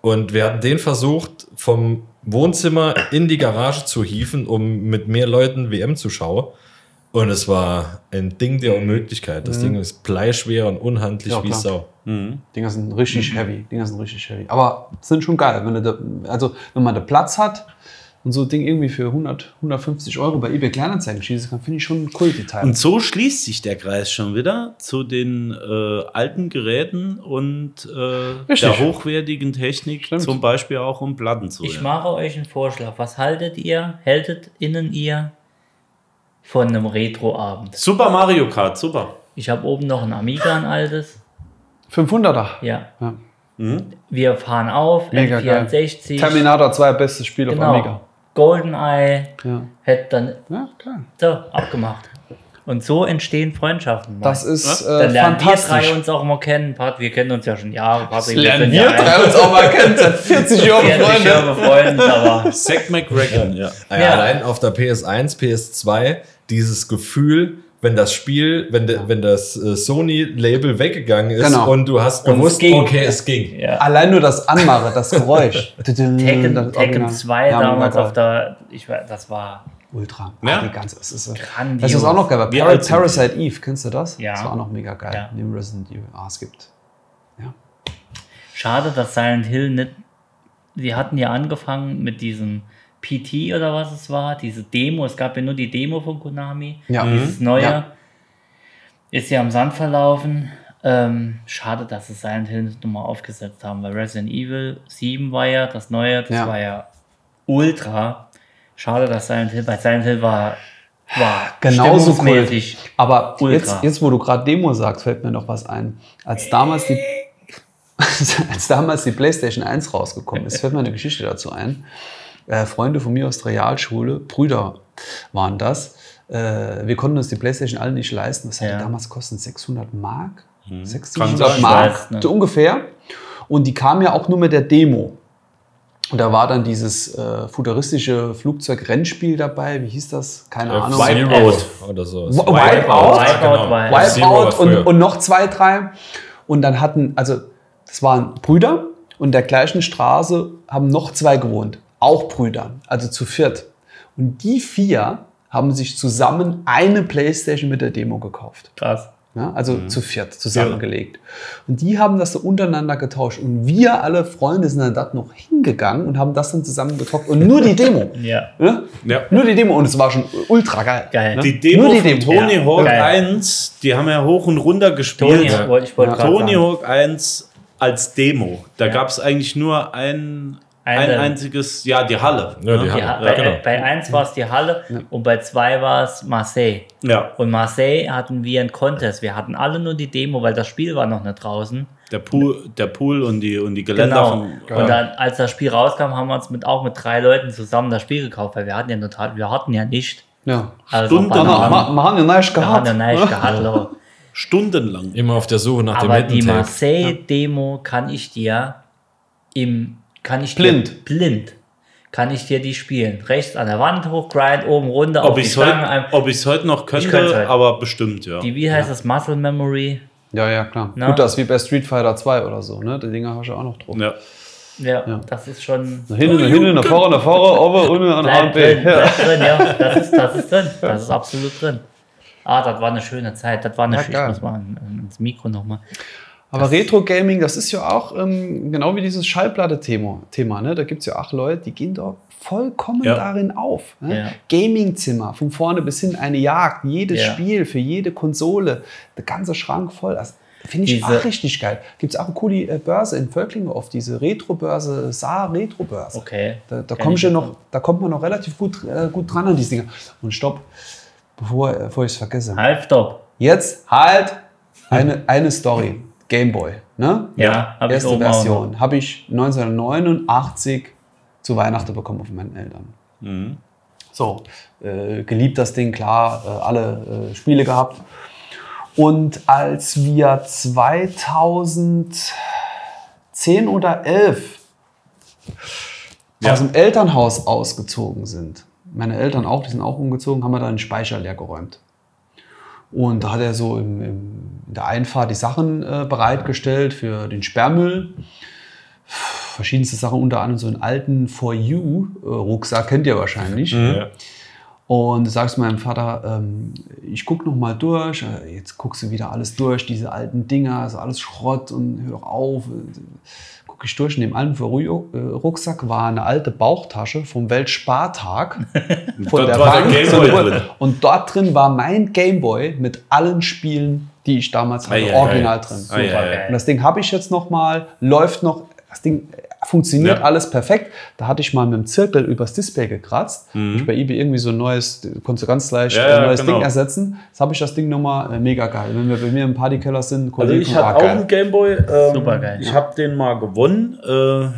[SPEAKER 7] Und wir hatten den versucht, vom Wohnzimmer in die Garage zu hieven, um mit mehr Leuten WM zu schauen. Und es war ein Ding der Unmöglichkeit.
[SPEAKER 5] Mhm.
[SPEAKER 7] Das Ding ist bleischwer und unhandlich
[SPEAKER 6] Ja,
[SPEAKER 7] wie
[SPEAKER 6] klar.
[SPEAKER 7] Sau.
[SPEAKER 6] Dinger sind richtig heavy. Dinger sind richtig heavy. Aber sind schon geil. Wenn, du da, also, wenn man da Platz hat und so ein Ding irgendwie für 100, 150 Euro bei eBay Kleinanzeigen schießen kann, finde ich schon cool, die Teile.
[SPEAKER 4] Und so schließt sich der Kreis schon wieder zu den äh, alten Geräten und äh,
[SPEAKER 6] Richtig.
[SPEAKER 4] der hochwertigen Technik,
[SPEAKER 6] Stimmt.
[SPEAKER 4] zum Beispiel auch um Platten zu
[SPEAKER 5] Ich
[SPEAKER 4] hören.
[SPEAKER 5] mache euch einen Vorschlag. Was haltet ihr, hältet innen ihr von einem Retro-Abend?
[SPEAKER 4] Super Mario Kart, super.
[SPEAKER 5] Ich habe oben noch ein Amiga, ein altes.
[SPEAKER 6] 500er.
[SPEAKER 5] Ja.
[SPEAKER 6] Ja.
[SPEAKER 5] Wir fahren auf,
[SPEAKER 6] Mega geil.
[SPEAKER 5] N64.
[SPEAKER 6] Terminator 2, bestes Spiel auf Amiga.
[SPEAKER 5] Genau. GoldenEye.
[SPEAKER 6] Ja.
[SPEAKER 5] Hätte dann
[SPEAKER 6] Ja, klar.
[SPEAKER 5] so, abgemacht. Und so entstehen Freundschaften. Mann.
[SPEAKER 6] Das ist äh,
[SPEAKER 5] Dann lernen wir drei
[SPEAKER 6] fantastisch.
[SPEAKER 5] uns auch mal kennen. Pat, wir kennen uns ja schon Jahre. Patrick,
[SPEAKER 6] Lernen
[SPEAKER 5] sind
[SPEAKER 6] wir
[SPEAKER 5] ja
[SPEAKER 6] drei uns auch mal kennen, seit 40 Jahren
[SPEAKER 5] 40
[SPEAKER 6] Freunde.
[SPEAKER 5] Jahre Freunde, aber
[SPEAKER 4] Zack McRacken, ja.
[SPEAKER 7] Ja,
[SPEAKER 5] Ja.
[SPEAKER 7] Allein auf der PS1, PS2 dieses Gefühl, wenn das Spiel, wenn, de, wenn das äh, Sony-Label weggegangen ist
[SPEAKER 6] Genau.
[SPEAKER 7] und du hast
[SPEAKER 5] Und es
[SPEAKER 7] gewusst,
[SPEAKER 5] ging.
[SPEAKER 7] okay, es ging.
[SPEAKER 5] ja.
[SPEAKER 6] Allein nur das Anmache, das Geräusch. Tekken,
[SPEAKER 5] Tekken, Tekken 2 damals auf der, ich weiß, das war
[SPEAKER 6] Ultra.
[SPEAKER 4] Ja.
[SPEAKER 6] Die ganze, das, ist, äh,
[SPEAKER 5] grandios.
[SPEAKER 6] das ist auch noch geil.
[SPEAKER 4] Wie
[SPEAKER 6] Par
[SPEAKER 4] alt sind
[SPEAKER 6] Parasite Eve, kennst du das?
[SPEAKER 5] Ja.
[SPEAKER 6] Das war auch noch mega geil.
[SPEAKER 5] Ja.
[SPEAKER 6] Neben Resident Evil. Ah, es gibt.
[SPEAKER 5] Schade, dass Silent Hill nicht. Sie hatten ja angefangen mit diesem PT oder was es war, diese Demo. Es gab ja nur die Demo von Konami.
[SPEAKER 6] Ja.
[SPEAKER 5] Dieses neue.
[SPEAKER 6] Ja.
[SPEAKER 5] Ist ja am Sand verlaufen. Ähm, schade, dass sie Silent Hill nicht nochmal aufgesetzt haben, weil Resident Evil 7 war ja das neue, das
[SPEAKER 6] Ja.
[SPEAKER 5] war ja ultra. Schade, dass Silent Hill, bei Silent Hill war, war
[SPEAKER 6] Genauso cool.
[SPEAKER 5] stimmungsmäßig
[SPEAKER 6] Aber
[SPEAKER 5] Ultra.
[SPEAKER 6] jetzt, jetzt, wo du gerade Demo sagst, fällt mir noch was ein. Als damals die, als damals die PlayStation 1 rausgekommen ist, fällt mir eine Geschichte dazu ein. Äh, Freunde von mir aus der Realschule, Brüder waren das. Äh, wir konnten uns die PlayStation alle nicht leisten. Was hat
[SPEAKER 5] Ja. Mhm.
[SPEAKER 6] die damals kostet? 600 Mark? 600
[SPEAKER 4] Kann sein.
[SPEAKER 6] Mark,
[SPEAKER 5] Ne.
[SPEAKER 6] so ungefähr. Und die kam ja auch nur mit der Demo. Und da war dann dieses äh, futuristische Flugzeugrennspiel dabei. Wie hieß das?
[SPEAKER 5] Äh,
[SPEAKER 6] Keine Ahnung.
[SPEAKER 7] Wipeout oder so.
[SPEAKER 6] Wi- Wipeout?
[SPEAKER 7] Ja, genau.
[SPEAKER 5] Wipeout,
[SPEAKER 7] Das Zero war
[SPEAKER 6] Wipeout und,
[SPEAKER 7] früher.
[SPEAKER 6] und noch zwei, drei. Und dann hatten, also das waren Brüder und der gleichen Straße haben noch zwei gewohnt, auch Brüder, also zu viert. Und die vier haben sich zusammen eine Playstation mit der Demo gekauft.
[SPEAKER 5] krass.
[SPEAKER 6] Ja, also zu viert zusammengelegt. Und die haben das so untereinander getauscht. Und wir alle Freunde sind dann dort noch hingegangen und haben das dann zusammen gezockt. Und nur die Demo.
[SPEAKER 5] Ja,
[SPEAKER 6] ne?
[SPEAKER 4] Ja.
[SPEAKER 6] Nur die Demo. Und es war schon ultra geil.
[SPEAKER 5] Geil.
[SPEAKER 6] ne?
[SPEAKER 4] Die Demo
[SPEAKER 6] Nur die
[SPEAKER 4] von
[SPEAKER 6] Demo.
[SPEAKER 4] Tony
[SPEAKER 5] Ja,
[SPEAKER 4] Hawk
[SPEAKER 5] geil.
[SPEAKER 4] 1, die haben ja hoch und runter
[SPEAKER 5] Tony,
[SPEAKER 4] gespielt.
[SPEAKER 5] ja. wollte ich wollte gerade
[SPEAKER 4] Tony
[SPEAKER 5] sagen.
[SPEAKER 4] Hawk 1 als Demo. Da gab es eigentlich nur ein, ein
[SPEAKER 5] Eine-
[SPEAKER 4] einziges, ja, die
[SPEAKER 7] Ja,
[SPEAKER 4] Halle.
[SPEAKER 7] die
[SPEAKER 4] ne?
[SPEAKER 5] Die
[SPEAKER 7] Ja,
[SPEAKER 5] Ha- bei,
[SPEAKER 7] genau.
[SPEAKER 5] bei 1 war es die Halle und bei 2 war es Marseille.
[SPEAKER 4] Ja,
[SPEAKER 5] Und Marseille hatten wir einen Contest. Wir hatten alle nur die Demo, weil das Spiel war noch nicht draußen.
[SPEAKER 4] der Pool, der Pool und die, und die Geländer
[SPEAKER 5] Genau.
[SPEAKER 4] von.
[SPEAKER 5] Und dann, als das Spiel rauskam, haben wir uns mit, auch mit drei Leuten zusammen das Spiel gekauft, weil wir hatten ja total, wir hatten ja nicht.
[SPEAKER 6] Ja.
[SPEAKER 5] Also
[SPEAKER 4] Stimmt,
[SPEAKER 5] Bananen-
[SPEAKER 4] aber-
[SPEAKER 6] Ma- Wir haben ja nichts
[SPEAKER 5] wir hatten
[SPEAKER 6] gehabt.
[SPEAKER 5] ja nicht gehabt. Leute.
[SPEAKER 4] Stundenlang.
[SPEAKER 7] Immer auf der Suche nach
[SPEAKER 5] Aber
[SPEAKER 7] dem
[SPEAKER 5] die
[SPEAKER 7] Hidden Tape.
[SPEAKER 5] Marseille-Demo kann ich dir im kann ich dir,
[SPEAKER 6] Blind.
[SPEAKER 5] blind kann ich dir die spielen. Rechts an der Wand hoch, grind, oben runter,
[SPEAKER 4] Ob
[SPEAKER 5] die
[SPEAKER 4] ich es
[SPEAKER 5] Stange,
[SPEAKER 4] heute,
[SPEAKER 5] ein-
[SPEAKER 4] ob ich's heute noch könnte,
[SPEAKER 5] könnte halt.
[SPEAKER 4] aber bestimmt, ja.
[SPEAKER 5] die, wie heißt das, Muscle Memory?
[SPEAKER 6] Ja, ja, klar.
[SPEAKER 5] Na?
[SPEAKER 6] Gut, das ist wie bei Street Fighter 2 oder so, ne? Die Dinger hast du auch noch drauf.
[SPEAKER 4] ja.
[SPEAKER 5] Ja,
[SPEAKER 6] Ja.
[SPEAKER 5] das ist schon.
[SPEAKER 6] Nach hinten, nach hinten, nach vorne, nach vorne, oben, unten, an A und
[SPEAKER 5] Bleibt drin,
[SPEAKER 6] B. Ja.
[SPEAKER 5] bleibt drin, ja. Das ist, das ist drin. Das ist absolut drin. Ah, das war eine schöne Zeit. Das war eine
[SPEAKER 6] Na
[SPEAKER 5] schöne.
[SPEAKER 6] klar.
[SPEAKER 5] Ich muss mal an- an- ans Mikro nochmal.
[SPEAKER 6] Aber Retro-Gaming, das ist ja auch ähm, genau wie dieses Schallplatte-Thema. Thema, ne? Da gibt es ja auch Leute, die gehen da vollkommen
[SPEAKER 4] Ja.
[SPEAKER 6] darin auf. Ne?
[SPEAKER 5] Ja.
[SPEAKER 6] Gaming-Zimmer, von vorne bis hin eine Jagd, jedes
[SPEAKER 5] Ja.
[SPEAKER 6] Spiel für jede Konsole, der ganze Schrank voll. Das finde ich
[SPEAKER 5] Diese-
[SPEAKER 6] auch richtig geil. Gibt es auch eine coole äh, Börse in Völklingen auf diese Retro-Börse, Saar-Retro-Börse.
[SPEAKER 5] Okay.
[SPEAKER 6] Da, da,
[SPEAKER 5] Kenn
[SPEAKER 6] komm
[SPEAKER 5] ich
[SPEAKER 6] ich ja noch, da kommt man noch relativ gut, äh, gut dran an diese Dinger. Und stopp, bevor, äh, bevor ich es vergesse.
[SPEAKER 5] Halb top.
[SPEAKER 6] Jetzt halt eine, eine Story. Gameboy. Ne?
[SPEAKER 5] Ja, hab ich
[SPEAKER 6] Erste
[SPEAKER 5] oben auch
[SPEAKER 6] Version. Habe ich 1989 zu Weihnachten bekommen von meinen Eltern.
[SPEAKER 5] Mhm.
[SPEAKER 6] So, äh, geliebt das Ding, klar, äh, alle äh, Spiele gehabt. Und als wir 2010 oder 11 aus dem Elternhaus ausgezogen sind, meine Eltern auch, die sind auch umgezogen, haben wir dann den Speicher leer geräumt. Und da hat er so im, im, in der Einfahrt die Sachen äh, bereitgestellt für den Sperrmüll. Verschiedenste Sachen, unter anderem so einen alten For You-Rucksack, kennt ihr wahrscheinlich.
[SPEAKER 7] Ja.
[SPEAKER 6] Und sagst meinem Vater, ähm, ich guck noch mal durch, äh, jetzt guckst du wieder alles durch, diese alten Dinger, ist alles Schrott und hör doch auf. Und, äh, Guck ich durch, in dem alten Verrü- äh, Rucksack war eine alte Bauchtasche vom Weltspartag.
[SPEAKER 4] Dort war der Gameboy
[SPEAKER 6] So eine-
[SPEAKER 4] drin.
[SPEAKER 6] Und dort drin war mein Gameboy mit allen Spielen, die ich damals hatte,
[SPEAKER 4] Ei, ei, ei.
[SPEAKER 6] original drin.
[SPEAKER 4] Ah, ja, ja.
[SPEAKER 6] Und das Ding habe ich jetzt noch mal, läuft noch, das Ding funktioniert
[SPEAKER 4] Ja.
[SPEAKER 6] alles perfekt. Da hatte ich mal mit dem Zirkel übers Display gekratzt. Hab Ich bei eBay irgendwie so ein neues, konntest du ganz leicht
[SPEAKER 4] Mhm. Ja,
[SPEAKER 6] ein
[SPEAKER 4] ja,
[SPEAKER 6] neues
[SPEAKER 4] genau.
[SPEAKER 6] Ding ersetzen. Jetzt habe ich das Ding nochmal, äh, mega geil. Wenn wir bei mir im Partykeller sind,
[SPEAKER 4] Also
[SPEAKER 6] Kollegen,
[SPEAKER 4] ich hatte
[SPEAKER 6] ah,
[SPEAKER 4] auch
[SPEAKER 6] geil.
[SPEAKER 4] einen Gameboy. Ähm,
[SPEAKER 5] Supergeil.
[SPEAKER 4] Ich habe den mal gewonnen äh,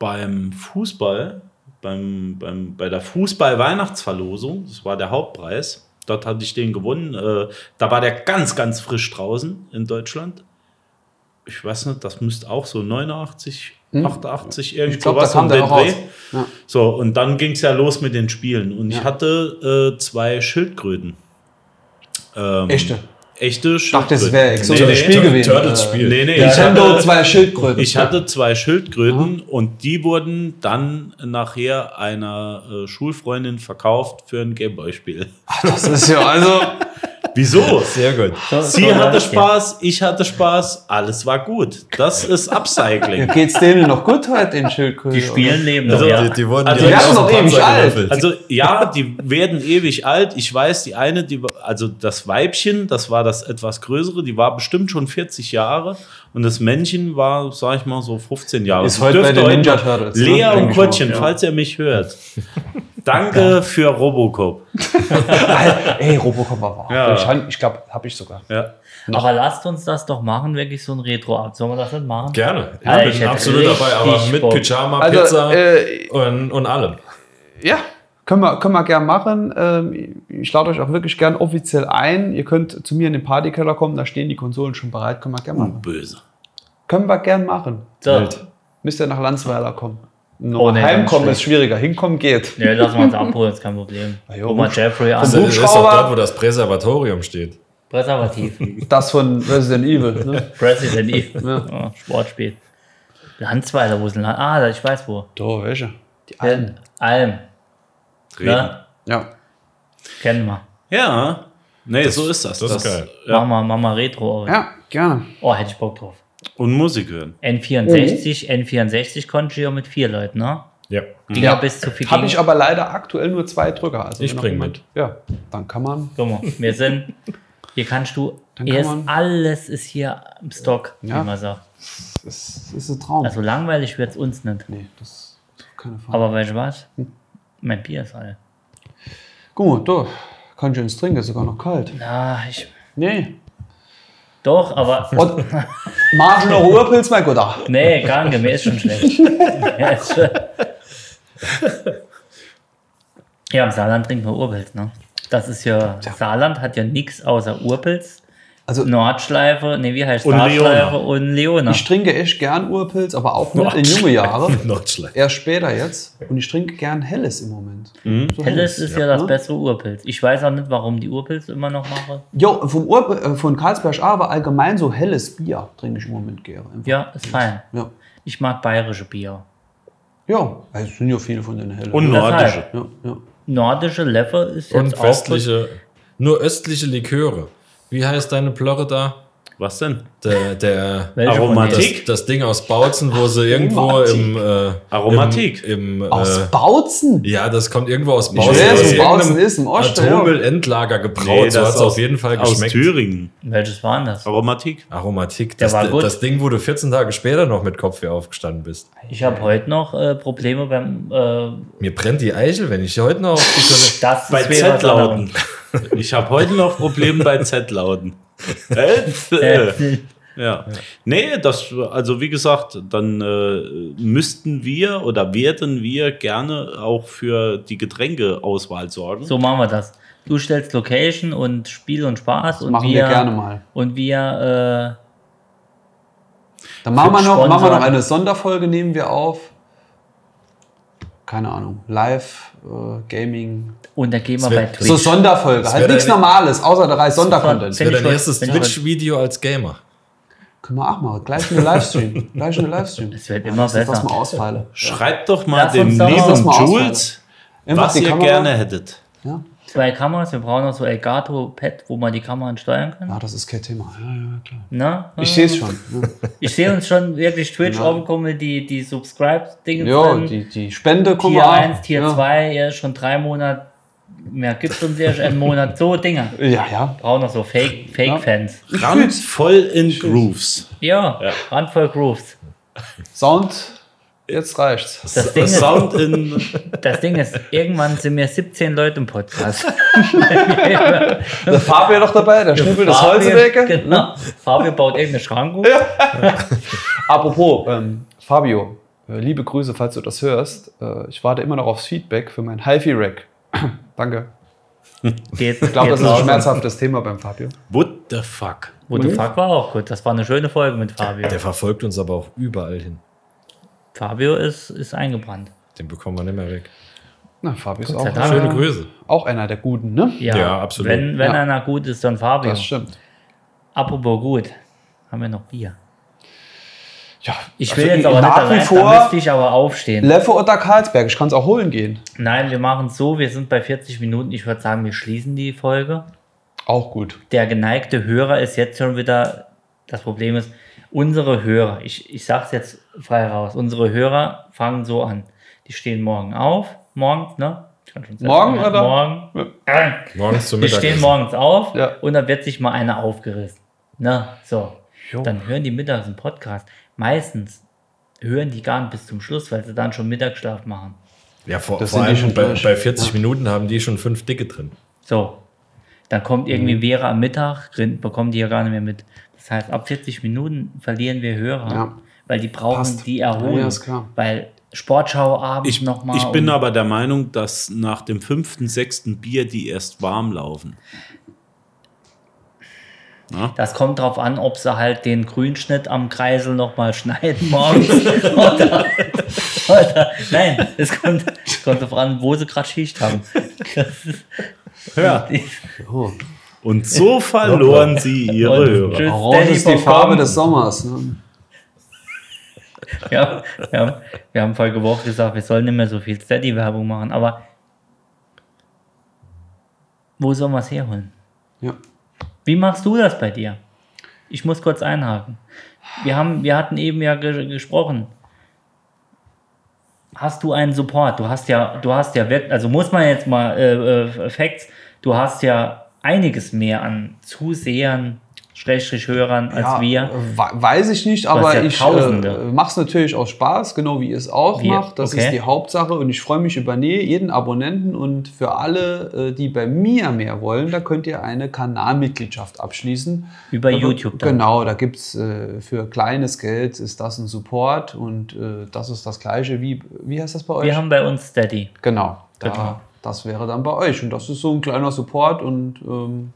[SPEAKER 4] beim Fußball, beim, beim, bei der Fußball-Weihnachtsverlosung. Das war der Hauptpreis. Dort hatte ich den gewonnen. Äh, da war der ganz, ganz frisch draußen in Deutschland. Ich weiß nicht, das müsste auch so 89, 88 irgendwie
[SPEAKER 6] Hm? Ich glaube, da
[SPEAKER 4] sowas
[SPEAKER 6] kam
[SPEAKER 4] um
[SPEAKER 6] der
[SPEAKER 4] den
[SPEAKER 6] auch raus.
[SPEAKER 4] Dreh.
[SPEAKER 6] Ja.
[SPEAKER 4] So, und dann ging es ja los mit den Spielen. Und
[SPEAKER 6] Ja.
[SPEAKER 4] ich hatte äh, zwei Schildkröten. Ähm,
[SPEAKER 6] Echte.
[SPEAKER 4] Echte
[SPEAKER 6] Ich dachte,
[SPEAKER 4] Schildkröten.
[SPEAKER 6] es wäre so
[SPEAKER 4] Nee,
[SPEAKER 6] ein
[SPEAKER 4] nee,
[SPEAKER 6] Spiel gewesen.
[SPEAKER 7] Turtles
[SPEAKER 6] Äh,
[SPEAKER 7] Spiel.
[SPEAKER 4] Nee, nee, ich
[SPEAKER 6] Nintendo
[SPEAKER 4] hatte-
[SPEAKER 6] zwei Schildkröten. Mhm.
[SPEAKER 4] Ich hatte zwei Schildkröten und die wurden dann nachher einer äh, Schulfreundin verkauft für ein Gameboy-Spiel.
[SPEAKER 6] Das ist ja also.
[SPEAKER 4] Wieso?
[SPEAKER 7] Sehr gut.
[SPEAKER 5] So- so
[SPEAKER 4] Sie hatte
[SPEAKER 5] läuft's ja.
[SPEAKER 4] Spaß, ich hatte Spaß, alles war gut. Das ist Upcycling.
[SPEAKER 6] Geht's denen noch gut heute in Schildkröten?
[SPEAKER 5] Die spielen leben
[SPEAKER 4] Also,
[SPEAKER 5] noch, ja.
[SPEAKER 7] Die, die wurden
[SPEAKER 4] Also,
[SPEAKER 7] direkt
[SPEAKER 4] die
[SPEAKER 7] aus
[SPEAKER 6] werden
[SPEAKER 7] dem
[SPEAKER 6] doch ewig
[SPEAKER 7] Panzer
[SPEAKER 6] alt.
[SPEAKER 7] gewürfelt.
[SPEAKER 4] Also ja, die werden ewig alt. Ich weiß, die eine, die also das Weibchen, das war das etwas größere, die war bestimmt schon 40 Jahre und das Männchen war, sag ich mal, so 15 Jahre.
[SPEAKER 6] Ist
[SPEAKER 4] Die
[SPEAKER 6] heute bei
[SPEAKER 4] dürfte
[SPEAKER 6] den
[SPEAKER 4] heute
[SPEAKER 6] Ninja
[SPEAKER 4] noch-
[SPEAKER 6] Turtles. ne?
[SPEAKER 4] Lea
[SPEAKER 6] Denke
[SPEAKER 4] und
[SPEAKER 6] ich mal,
[SPEAKER 4] Kottchen,
[SPEAKER 6] ja.
[SPEAKER 4] falls ihr mich hört. Danke für Robocop.
[SPEAKER 6] Alter, Ey, Robocop war wahr.
[SPEAKER 4] Ja.
[SPEAKER 6] Ich, han- ich glaube, habe ich sogar.
[SPEAKER 4] Ja.
[SPEAKER 5] Aber lasst uns das doch machen, wirklich so ein Retro-Art. Sollen wir das nicht machen?
[SPEAKER 7] Gerne. Ich
[SPEAKER 5] Alter,
[SPEAKER 7] bin
[SPEAKER 5] ich hätte
[SPEAKER 7] absolut dabei, aber
[SPEAKER 5] richtig
[SPEAKER 7] mit
[SPEAKER 5] Bock.
[SPEAKER 7] Pyjama,
[SPEAKER 6] Also,
[SPEAKER 7] Pizza
[SPEAKER 6] äh,
[SPEAKER 7] und, und allem.
[SPEAKER 6] Ja, können wir, können wir gern machen. Ähm, ich lade euch auch wirklich gern offiziell ein. Ihr könnt zu mir in den Partykeller kommen, da stehen die Konsolen schon bereit. Können wir gern machen.
[SPEAKER 4] Uh, Böse.
[SPEAKER 6] Können wir gern machen.
[SPEAKER 5] So.
[SPEAKER 6] Müsst ihr nach Landsweiler kommen. Noch
[SPEAKER 5] Oh, nee, ganz
[SPEAKER 6] Heimkommen ist
[SPEAKER 5] schlecht.
[SPEAKER 6] schwieriger. Hinkommen geht.
[SPEAKER 5] Ne, lass mal uns abholen, ist kein Problem.
[SPEAKER 6] ja,
[SPEAKER 5] Guck mal
[SPEAKER 6] Hubsch-
[SPEAKER 5] Jeffrey
[SPEAKER 7] Das
[SPEAKER 5] an.
[SPEAKER 6] Hubsch-
[SPEAKER 7] Also, ist doch
[SPEAKER 6] Hubschrauber.
[SPEAKER 7] dort, wo das Präservatorium steht.
[SPEAKER 5] Präservativ.
[SPEAKER 6] Das von Resident Evil. Ne?
[SPEAKER 5] President Evil. Ja. Sportspiel. Landsweiler, wo ist denn Land? Ah, da- ich weiß wo.
[SPEAKER 6] Doch, welche? Die
[SPEAKER 5] Alm.
[SPEAKER 6] alten.
[SPEAKER 5] Alm. Ne?
[SPEAKER 6] Ja.
[SPEAKER 5] Kennen wir.
[SPEAKER 4] Ja. Nee, so ist das.
[SPEAKER 7] das ist geil.
[SPEAKER 4] Ja.
[SPEAKER 5] Mama, Mama Retro.
[SPEAKER 6] Ja, gerne.
[SPEAKER 5] Oh, hätte ich Bock drauf.
[SPEAKER 4] Und Musik hören.
[SPEAKER 6] Oh.
[SPEAKER 5] N64, N64 konnte ich ja mit vier Leuten, ne?
[SPEAKER 7] Ja.
[SPEAKER 5] Ging ja,
[SPEAKER 6] Ja.
[SPEAKER 5] bis zu viel.
[SPEAKER 6] Habe ich aber leider aktuell nur zwei Drücker. Also
[SPEAKER 7] Ich
[SPEAKER 6] wenn noch
[SPEAKER 7] bring
[SPEAKER 6] jemand- Ja, dann kann man.
[SPEAKER 5] Guck mal, wir sind. Hier kannst du.
[SPEAKER 6] kann
[SPEAKER 5] Hier ist
[SPEAKER 6] man-
[SPEAKER 5] alles ist hier im Stock,
[SPEAKER 6] Ja. Oh.
[SPEAKER 5] wie man sagt.
[SPEAKER 6] Das ist ein Traum.
[SPEAKER 5] Also langweilig wird es uns nicht.
[SPEAKER 6] nee, das ist keine Frage.
[SPEAKER 5] Aber weißt du was?
[SPEAKER 6] Hm.
[SPEAKER 5] Mein Bier ist alle.
[SPEAKER 6] Guck mal, doch. Kann ich uns trinken, ist sogar noch kalt.
[SPEAKER 5] Na, ich.
[SPEAKER 6] Nee.
[SPEAKER 5] Doch, aber.
[SPEAKER 6] Und Margen noch Urpilz, mein Gott. ach.
[SPEAKER 5] Nee, gar nicht, mir ist schon schlecht. Mir ist schon- ja, im Saarland trinken wir Urpilz, ne? Das ist ja, Saarland hat ja nichts außer Urpilz,
[SPEAKER 6] Also
[SPEAKER 5] Nordschleife, nee, wie heißt
[SPEAKER 4] Und
[SPEAKER 5] Nordschleife und Leona.
[SPEAKER 6] ich trinke echt gern Urpilz, aber auch nicht in junge Jahre.
[SPEAKER 7] Nordschleife.
[SPEAKER 6] Erst später jetzt. Und ich trinke gern Helles im Moment. So
[SPEAKER 5] Helles ist ja, das
[SPEAKER 6] ne?
[SPEAKER 5] bessere Urpilz. Ich weiß auch nicht, warum die Urpilz immer noch mache.
[SPEAKER 6] Jo, vom Urp äh, von Karlsberg A war allgemein so helles Bier, trinke ich im Moment gerne.
[SPEAKER 5] Ja, ist fein.
[SPEAKER 6] Ja.
[SPEAKER 5] Ich mag bayerische Bier.
[SPEAKER 6] Ja, also es sind ja viele von den hellen.
[SPEAKER 4] Und nordische.
[SPEAKER 6] ja, ja.
[SPEAKER 5] Äh. Nordische Leffe ist jetzt
[SPEAKER 7] Und
[SPEAKER 5] auch...
[SPEAKER 7] westliche, nur östliche Liköre. Wie heißt deine Plörre da?
[SPEAKER 4] Was denn?
[SPEAKER 7] Der, der
[SPEAKER 5] Welche von
[SPEAKER 4] Aromatik?
[SPEAKER 5] denen?
[SPEAKER 7] das, das Ding aus Bautzen, wo sie irgendwo im äh,
[SPEAKER 4] Aromatik.
[SPEAKER 7] Im, im,
[SPEAKER 6] Aus
[SPEAKER 7] äh,
[SPEAKER 6] Bautzen?
[SPEAKER 7] ja, das kommt irgendwo aus Bautzen.
[SPEAKER 6] weiß,
[SPEAKER 7] aus
[SPEAKER 6] wo Bautzen
[SPEAKER 7] irgendeinem
[SPEAKER 6] ist, im Osten, ja.
[SPEAKER 7] Atommüllendlager gebraut. so hat es auf jeden Fall
[SPEAKER 4] aus
[SPEAKER 7] geschmeckt.
[SPEAKER 4] Thüringen.
[SPEAKER 5] Welches war denn das?
[SPEAKER 4] Oh. Aromatik.
[SPEAKER 7] Aromatik.
[SPEAKER 5] Der
[SPEAKER 7] Das,
[SPEAKER 5] war gut.
[SPEAKER 7] das Ding, wo du 14 Tage später noch mit Kopfweh aufgestanden bist.
[SPEAKER 5] Ich habe heute noch äh, Probleme beim... Äh,
[SPEAKER 7] Mir brennt die Eichel, wenn ich heute noch auf die Toilette-
[SPEAKER 5] das
[SPEAKER 4] Bei
[SPEAKER 5] ist wieder was
[SPEAKER 4] Z-Lauten. Ich habe heute noch Probleme bei Z-Lauten. Äh,
[SPEAKER 5] anderes. Äh,
[SPEAKER 4] ja. Nee, das, also wie gesagt, dann äh, müssten wir oder werden wir gerne auch für die Getränkeauswahl sorgen.
[SPEAKER 5] So machen wir das. Du stellst Location und Spiel und Spaß und
[SPEAKER 6] Machen wir gerne mal.
[SPEAKER 5] Und wir,
[SPEAKER 6] Dann machen wir, noch,
[SPEAKER 5] Sponsoren.
[SPEAKER 6] machen wir noch eine Sonderfolge, nehmen wir auf. Keine Ahnung, Live, äh, Gaming.
[SPEAKER 5] äh, und dann gehen wir
[SPEAKER 7] Das wär-
[SPEAKER 5] bei
[SPEAKER 7] das
[SPEAKER 5] Twitch.
[SPEAKER 6] So Sonderfolge,
[SPEAKER 7] wär
[SPEAKER 6] halt nichts
[SPEAKER 7] dann-
[SPEAKER 6] Normales, außer der Reihe Sondercontent.
[SPEAKER 5] Wenn
[SPEAKER 7] Für
[SPEAKER 5] ich
[SPEAKER 7] dein
[SPEAKER 5] heute-
[SPEAKER 7] erstes
[SPEAKER 5] wenn ich heute-
[SPEAKER 7] Twitch-Video als Gamer.
[SPEAKER 6] Können wir auch machen, gleich eine Livestream. gleich eine Livestream.
[SPEAKER 5] Es wird immer
[SPEAKER 6] Lass das
[SPEAKER 5] besser.
[SPEAKER 6] mal ausfallen.
[SPEAKER 4] Schreibt doch mal
[SPEAKER 5] Lass
[SPEAKER 4] dem
[SPEAKER 5] uns doch mal-
[SPEAKER 6] Lass
[SPEAKER 4] lieben
[SPEAKER 6] mal
[SPEAKER 4] Jules,
[SPEAKER 6] Einfach
[SPEAKER 4] was
[SPEAKER 6] die
[SPEAKER 4] ihr
[SPEAKER 6] Kamera-
[SPEAKER 4] gerne hättet.
[SPEAKER 5] Zwei Kameras, wir brauchen noch so Elgato-Pad, wo man die Kamera steuern kann.
[SPEAKER 6] Ja, das ist kein Thema. Ja, ja, klar.
[SPEAKER 5] Na?
[SPEAKER 6] Ich sehe es schon. Ja.
[SPEAKER 5] Ich sehe uns schon wirklich Twitch aufkommen, die, die Subscribe-Dinge
[SPEAKER 6] Jo,
[SPEAKER 5] drin.
[SPEAKER 6] die, die Spende, guck
[SPEAKER 5] Tier
[SPEAKER 6] mal.
[SPEAKER 5] 1, Tier
[SPEAKER 6] ja.
[SPEAKER 5] 2, ja, schon drei Monate. Mehr gibt es uns ja schon einen Monat. So Dinger.
[SPEAKER 6] Ja, ja.
[SPEAKER 5] Brauchen noch so Fake- Fake-Fans.
[SPEAKER 4] Rammt voll in Grooves.
[SPEAKER 5] ja, Randvoll Grooves.
[SPEAKER 6] Sound, jetzt reicht's.
[SPEAKER 5] Das Ding ist,
[SPEAKER 4] Sound in
[SPEAKER 5] Das Ding ist, irgendwann sind mir 17 Leute im Podcast.
[SPEAKER 6] Der Fabio noch dabei, der schnippelt das Holz in der Ecke.
[SPEAKER 5] Genau. Fabio baut irgendeine Schranke. Ja.
[SPEAKER 6] Apropos, ähm, Fabio, äh, liebe Grüße, falls du das hörst. Äh, ich warte immer noch aufs Feedback für mein HiFi-Rack. Danke.
[SPEAKER 5] Geht,
[SPEAKER 6] Ich glaube,
[SPEAKER 5] geht
[SPEAKER 6] das ist ein
[SPEAKER 5] raus.
[SPEAKER 6] schmerzhaftes Thema beim Fabio.
[SPEAKER 4] What the fuck?
[SPEAKER 5] What
[SPEAKER 6] Mhm.
[SPEAKER 5] the fuck war auch gut. Das war eine schöne Folge mit Fabio.
[SPEAKER 7] Der verfolgt uns aber auch überall hin.
[SPEAKER 5] Fabio ist, ist eingebrannt.
[SPEAKER 7] Den bekommen wir nicht mehr weg.
[SPEAKER 6] Na, Fabio ist
[SPEAKER 5] sei
[SPEAKER 6] auch,
[SPEAKER 5] Dank.
[SPEAKER 7] Schöne
[SPEAKER 5] Ah.
[SPEAKER 7] Grüße.
[SPEAKER 6] auch einer der Guten, ne?
[SPEAKER 5] Ja, genau.
[SPEAKER 7] Ja, absolut.
[SPEAKER 5] Wenn, wenn
[SPEAKER 6] Ja.
[SPEAKER 5] einer gut ist, dann Fabio.
[SPEAKER 6] Das stimmt.
[SPEAKER 5] Apropos gut, haben wir noch Bier.
[SPEAKER 6] Ja,
[SPEAKER 5] Ich
[SPEAKER 6] also
[SPEAKER 5] will jetzt
[SPEAKER 6] ich-
[SPEAKER 5] aber
[SPEAKER 6] nach
[SPEAKER 5] nicht
[SPEAKER 6] wie
[SPEAKER 5] allein,
[SPEAKER 6] vor-
[SPEAKER 5] da müsste ich aber aufstehen.
[SPEAKER 6] Leffe oder Karlsberg, ich kann es auch holen gehen.
[SPEAKER 5] Nein, wir machen es so, wir sind bei 40 Minuten. Ich würde sagen, wir schließen die Folge.
[SPEAKER 6] Auch gut.
[SPEAKER 5] Der geneigte Hörer ist jetzt schon wieder, das Problem ist, unsere Hörer, ich, ich sage es jetzt frei raus, unsere Hörer fangen so an. Die stehen morgen auf, morgens, ne? Ich kann schon sagen,
[SPEAKER 6] Morgen, oder?
[SPEAKER 5] Morgen.
[SPEAKER 7] Morgens zum
[SPEAKER 5] Die
[SPEAKER 7] Mittagessen.
[SPEAKER 5] stehen morgens auf
[SPEAKER 6] Ja.
[SPEAKER 5] und dann wird sich mal einer aufgerissen. Na, so. Dann hören die mittags einen Podcast. Meistens hören die gar nicht bis zum Schluss, weil sie dann schon Mittagsschlaf machen.
[SPEAKER 7] Ja, vor,
[SPEAKER 6] Das
[SPEAKER 7] vor
[SPEAKER 6] sind die
[SPEAKER 7] allem
[SPEAKER 6] schon
[SPEAKER 7] bei,
[SPEAKER 6] durch.
[SPEAKER 7] bei 40 Minuten haben die schon fünf Dicke drin.
[SPEAKER 5] So. Dann kommt irgendwie
[SPEAKER 6] Mhm.
[SPEAKER 5] Vera am Mittag, grin- bekommen die ja gar nicht mehr mit. Das heißt, ab 40 Minuten verlieren wir Hörer,
[SPEAKER 6] Ja.
[SPEAKER 5] weil die brauchen
[SPEAKER 6] Passt.
[SPEAKER 5] die Erholung.
[SPEAKER 6] Ja, ist klar.
[SPEAKER 5] Weil Sportschau abends
[SPEAKER 4] Ich,
[SPEAKER 5] nochmal.
[SPEAKER 4] ich bin
[SPEAKER 5] und-
[SPEAKER 4] aber der Meinung, dass nach dem fünften, sechsten Bier die erst warm laufen.
[SPEAKER 5] Das kommt drauf an, ob sie halt den Grünschnitt am Kreisel nochmal schneiden morgens. oder, oder, nein, es kommt, es kommt drauf an, wo sie gerade Schicht haben. Das ist,
[SPEAKER 4] Ja.
[SPEAKER 6] Oh.
[SPEAKER 4] Und so verloren sie ihre
[SPEAKER 5] Und
[SPEAKER 4] Hörer.
[SPEAKER 5] tschüss,
[SPEAKER 6] Orange
[SPEAKER 5] Daddy
[SPEAKER 6] ist die
[SPEAKER 5] vom
[SPEAKER 6] Farbe
[SPEAKER 5] Kommen.
[SPEAKER 6] des Sommers. Ne?
[SPEAKER 5] Ja, wir haben, wir haben vor Woche gesagt, wir sollen nicht mehr so viel Steady-Werbung machen, aber wo soll man es herholen?
[SPEAKER 6] Ja.
[SPEAKER 5] Wie machst du das bei dir? Ich muss kurz einhaken. Wir, haben, wir hatten eben ja ge gesprochen. Hast du einen Support? Du hast ja, du hast ja wirklich, also muss man jetzt mal äh, äh, Facts, du hast ja einiges mehr an Zusehern, Schrägstrich Hörern als
[SPEAKER 6] Ja, äh,
[SPEAKER 5] wir.
[SPEAKER 6] we- Weiß ich nicht,
[SPEAKER 5] hast
[SPEAKER 6] aber
[SPEAKER 5] ja
[SPEAKER 6] ich äh,
[SPEAKER 5] Tausende.
[SPEAKER 6] mache es natürlich aus Spaß, genau wie ihr es auch
[SPEAKER 5] Wir-
[SPEAKER 6] macht. Das ist
[SPEAKER 5] okay.
[SPEAKER 6] die Hauptsache und ich freue mich über nee, jeden Abonnenten und für alle, äh, die bei mir mehr wollen, da könnt ihr eine Kanalmitgliedschaft abschließen.
[SPEAKER 5] Über
[SPEAKER 6] Da wird-
[SPEAKER 5] YouTube dann.
[SPEAKER 6] Genau, da gibt es äh, für kleines Geld ist das ein Support und äh, das ist das gleiche wie, wie heißt das bei euch?
[SPEAKER 5] Wir haben bei uns Steady.
[SPEAKER 6] Genau. Da,
[SPEAKER 5] Genau.
[SPEAKER 6] Das wäre dann bei euch. Und das ist so ein kleiner Support und ähm,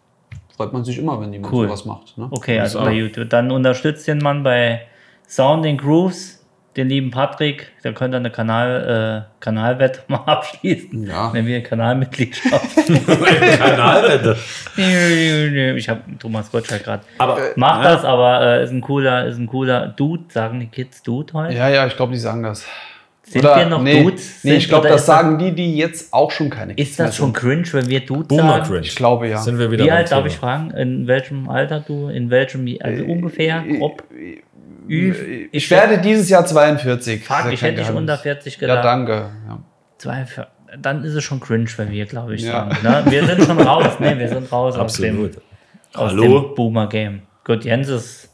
[SPEAKER 6] freut man sich immer, wenn jemand
[SPEAKER 5] Cool.
[SPEAKER 6] sowas macht. Ne?
[SPEAKER 5] Okay, also bei YouTube. Dann unterstützt den Mann bei Sounding Grooves, den lieben Patrick. Da könnt ihr eine Kanal, äh, Kanalwette mal abschließen.
[SPEAKER 6] Ja.
[SPEAKER 5] Nennen wir Kanalmitgliedschaft.
[SPEAKER 4] Kanalwette.
[SPEAKER 5] ich habe Thomas Gottschalk gerade.
[SPEAKER 4] Aber
[SPEAKER 5] Macht das, aber äh, ist ein cooler, ist ein cooler Dude, sagen die Kids Dude heute.
[SPEAKER 6] Ja, ja, ich glaube, die sagen das.
[SPEAKER 5] Sind wir noch
[SPEAKER 6] nee,
[SPEAKER 5] Dudes?
[SPEAKER 6] Nee, ich
[SPEAKER 5] Sind-
[SPEAKER 6] glaube,
[SPEAKER 5] oder
[SPEAKER 6] das
[SPEAKER 5] ist das-
[SPEAKER 6] sagen die, die jetzt auch schon keine Kids
[SPEAKER 5] Ist das schon
[SPEAKER 6] mehr
[SPEAKER 5] cringe, wenn wir Dude
[SPEAKER 7] Boomer
[SPEAKER 5] sagen?
[SPEAKER 7] Cringe.
[SPEAKER 6] sind. Ich glaube ja.
[SPEAKER 7] Sind wir wieder
[SPEAKER 5] Wie
[SPEAKER 7] beim
[SPEAKER 5] alt, darf
[SPEAKER 7] Thema.
[SPEAKER 5] ich fragen, in welchem Alter du, in welchem, also ungefähr, grob? Üf,
[SPEAKER 6] ich werde dieses Jahr
[SPEAKER 5] Fuck,
[SPEAKER 6] 42. Ist ja
[SPEAKER 5] ich
[SPEAKER 6] kein
[SPEAKER 5] hätte dich
[SPEAKER 6] Geheimnis.
[SPEAKER 5] unter 40
[SPEAKER 6] Ja,
[SPEAKER 5] gedacht.
[SPEAKER 6] danke. Ja.
[SPEAKER 5] Zwei, vier- dann ist es schon cringe, wenn wir, glaube ich,
[SPEAKER 6] Ja.
[SPEAKER 5] sagen. Ne? Wir sind schon raus. Ne, wir sind raus
[SPEAKER 7] Absolut.
[SPEAKER 5] aus dem, aus
[SPEAKER 4] Hallo?
[SPEAKER 5] dem Boomer-Game. Gut, Jens ist,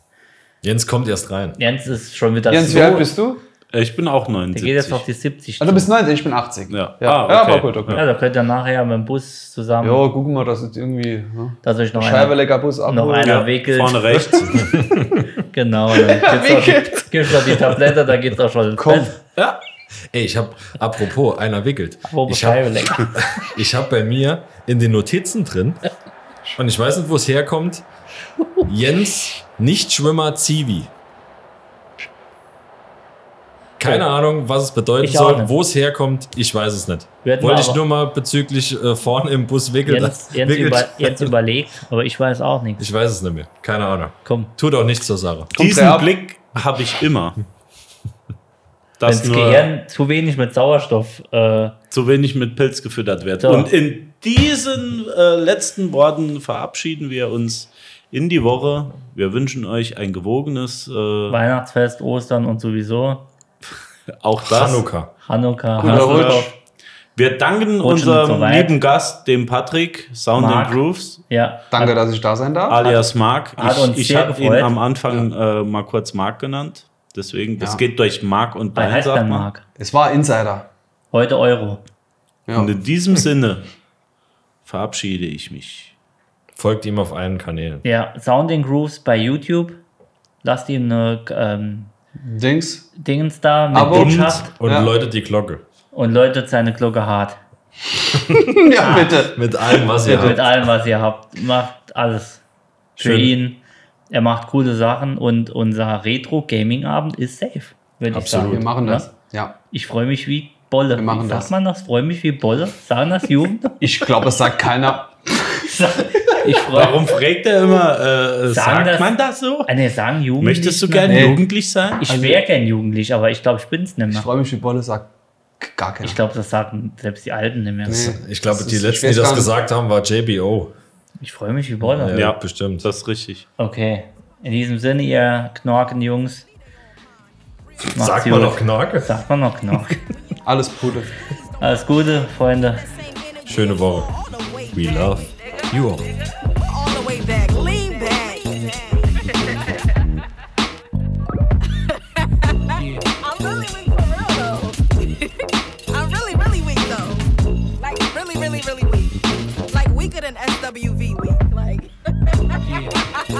[SPEAKER 7] Jens kommt erst rein.
[SPEAKER 5] Jens ist schon wieder
[SPEAKER 6] Jens,
[SPEAKER 5] so.
[SPEAKER 6] wie alt bist du?
[SPEAKER 4] Äh, ich bin auch
[SPEAKER 5] der geht jetzt auf
[SPEAKER 4] 79.
[SPEAKER 5] die 70.
[SPEAKER 6] Ah, du bist 19, ich bin 80.
[SPEAKER 4] Ja.
[SPEAKER 6] ja,
[SPEAKER 4] Ah,
[SPEAKER 6] ja
[SPEAKER 4] okay.
[SPEAKER 6] aber gut, okay.
[SPEAKER 5] ja, da könnt ihr nachher mit dem Bus zusammen,
[SPEAKER 6] Ja, gucken wir, dass jetzt irgendwie ne?
[SPEAKER 5] dass euch noch
[SPEAKER 6] Scheibe
[SPEAKER 5] einer,
[SPEAKER 6] lecker Bus
[SPEAKER 5] noch
[SPEAKER 6] abholen.
[SPEAKER 5] einer wickelt.
[SPEAKER 4] Vorne rechts.
[SPEAKER 5] Genau, dann gibt's auch, gibt's auch die Tablette, da geht's auch schon ins
[SPEAKER 6] Komm.
[SPEAKER 5] Bett.
[SPEAKER 7] Ey, ich habe, apropos, einer wickelt.
[SPEAKER 5] Apropos
[SPEAKER 7] Ich habe
[SPEAKER 5] Scheibe lecker.
[SPEAKER 7] hab bei mir in den Notizen drin, und ich weiß nicht, wo es herkommt, Jens Nichtschwimmer Zivi. Keine Ahnung, was es bedeuten
[SPEAKER 5] Ich auch
[SPEAKER 7] soll,
[SPEAKER 5] nicht.
[SPEAKER 7] wo es herkommt, ich weiß es nicht.
[SPEAKER 5] Wir hätten
[SPEAKER 7] Wollte ich
[SPEAKER 5] aber-
[SPEAKER 7] nur mal bezüglich äh, vorne im Bus wickelt.
[SPEAKER 5] Jens, Jens,
[SPEAKER 7] wickelt-
[SPEAKER 5] über, Jens überlegt, aber ich weiß auch nichts.
[SPEAKER 7] Ich weiß es nicht mehr. Keine Ahnung.
[SPEAKER 5] Komm,
[SPEAKER 7] Tut auch nichts zur Sache.
[SPEAKER 4] Diesen
[SPEAKER 6] der ab?
[SPEAKER 4] Blick habe ich immer.
[SPEAKER 5] wenn
[SPEAKER 4] Dass
[SPEAKER 5] das
[SPEAKER 4] nur
[SPEAKER 5] Gehirn zu wenig mit Sauerstoff äh,
[SPEAKER 4] zu wenig mit Pilz gefüttert wird.
[SPEAKER 5] So.
[SPEAKER 4] Und in diesen äh, letzten Worten verabschieden wir uns in die Woche. Wir wünschen euch ein gewogenes, äh,
[SPEAKER 5] Weihnachtsfest, Ostern und sowieso.
[SPEAKER 4] auch das.
[SPEAKER 7] Hanukkah.
[SPEAKER 5] Hanukkah.
[SPEAKER 6] Guter
[SPEAKER 5] Hanukkah.
[SPEAKER 6] Rutsch.
[SPEAKER 4] Wir danken
[SPEAKER 5] Rutschen
[SPEAKER 4] unserem
[SPEAKER 5] so weit.
[SPEAKER 4] lieben Gast, dem Patrick, Sound
[SPEAKER 5] Marc.
[SPEAKER 4] and Grooves,
[SPEAKER 5] Ja.
[SPEAKER 6] Danke, dass ich da sein darf.
[SPEAKER 4] alias Mark.
[SPEAKER 5] hat uns
[SPEAKER 4] ich ich
[SPEAKER 5] sehr
[SPEAKER 4] habe ihn
[SPEAKER 5] gefreut.
[SPEAKER 4] am Anfang äh, mal kurz Mark genannt. Deswegen, das geht durch Mark und
[SPEAKER 5] Bei
[SPEAKER 4] Dein,
[SPEAKER 5] heißt
[SPEAKER 4] sagt
[SPEAKER 5] dann
[SPEAKER 4] man.
[SPEAKER 5] Mark.
[SPEAKER 6] Es war Insider.
[SPEAKER 5] Heute Euro.
[SPEAKER 6] Ja.
[SPEAKER 4] Und in diesem Sinne verabschiede ich mich.
[SPEAKER 7] Folgt ihm auf allen Kanälen.
[SPEAKER 5] Ja, Sounding Grooves bei YouTube. Lasst ihm eine ähm,
[SPEAKER 6] Dings.
[SPEAKER 5] Dingens da mit
[SPEAKER 6] Abo.
[SPEAKER 5] Botschaft
[SPEAKER 7] Und
[SPEAKER 6] Ja.
[SPEAKER 7] läutet die Glocke.
[SPEAKER 5] und läutet seine Glocke hart.
[SPEAKER 6] ja, bitte.
[SPEAKER 7] Mit allem, was
[SPEAKER 6] Also
[SPEAKER 7] ihr
[SPEAKER 5] Mit
[SPEAKER 7] habt.
[SPEAKER 5] allem, was ihr habt. Macht alles für
[SPEAKER 7] Schön.
[SPEAKER 5] ihn. Er macht coole Sachen und unser Retro-Gaming-Abend ist safe, würde ich
[SPEAKER 7] Absolut.
[SPEAKER 5] sagen.
[SPEAKER 6] Wir machen
[SPEAKER 5] Ja?
[SPEAKER 6] das. Ja.
[SPEAKER 5] Ich freue mich wie Bolle.
[SPEAKER 6] Wir machen
[SPEAKER 5] wie sagt
[SPEAKER 6] das.
[SPEAKER 5] man das? Freue mich wie Bolle? Sagen das Jugend?
[SPEAKER 6] Ich glaube, das sagt keiner.
[SPEAKER 5] Ich freue
[SPEAKER 4] Warum fragt er immer, äh, sagt
[SPEAKER 5] das-
[SPEAKER 4] man das so?
[SPEAKER 5] Ah, nee, sagen Jugendliche.
[SPEAKER 4] Möchtest du gern
[SPEAKER 6] Nee.
[SPEAKER 4] jugendlich sein?
[SPEAKER 5] Ich
[SPEAKER 6] Also
[SPEAKER 5] wäre gern jugendlich, aber ich glaube, ich bin's nicht
[SPEAKER 6] Ich
[SPEAKER 5] mehr.
[SPEAKER 6] freue mich, wie Bolle sagt k- gar keiner.
[SPEAKER 5] Ich glaube, das sagen selbst die Alten nicht mehr.
[SPEAKER 6] Nee.
[SPEAKER 7] Ich glaube,
[SPEAKER 6] Das
[SPEAKER 7] die
[SPEAKER 6] ist- ich
[SPEAKER 7] letzten, die
[SPEAKER 6] weiß
[SPEAKER 7] das
[SPEAKER 6] gar nicht.
[SPEAKER 7] gesagt haben, war JBO.
[SPEAKER 5] Ich freue mich wie Bolle.
[SPEAKER 4] Ja.
[SPEAKER 7] bestimmt.
[SPEAKER 4] Das ist richtig.
[SPEAKER 5] Okay. In diesem Sinne, ihr Knorken-Jungs. macht's
[SPEAKER 7] Sagt man
[SPEAKER 5] gut.
[SPEAKER 7] noch Knorke?
[SPEAKER 5] Sagt man noch Knork.
[SPEAKER 6] Alles Pudel.
[SPEAKER 5] Alles Gute, Freunde.
[SPEAKER 7] Schöne Woche. We love you all.
[SPEAKER 3] All the way back, lean back.
[SPEAKER 2] I'm really weak for real though. I'm really, really weak though. Like really, really, really weak. Like weaker than SWV weak. Like.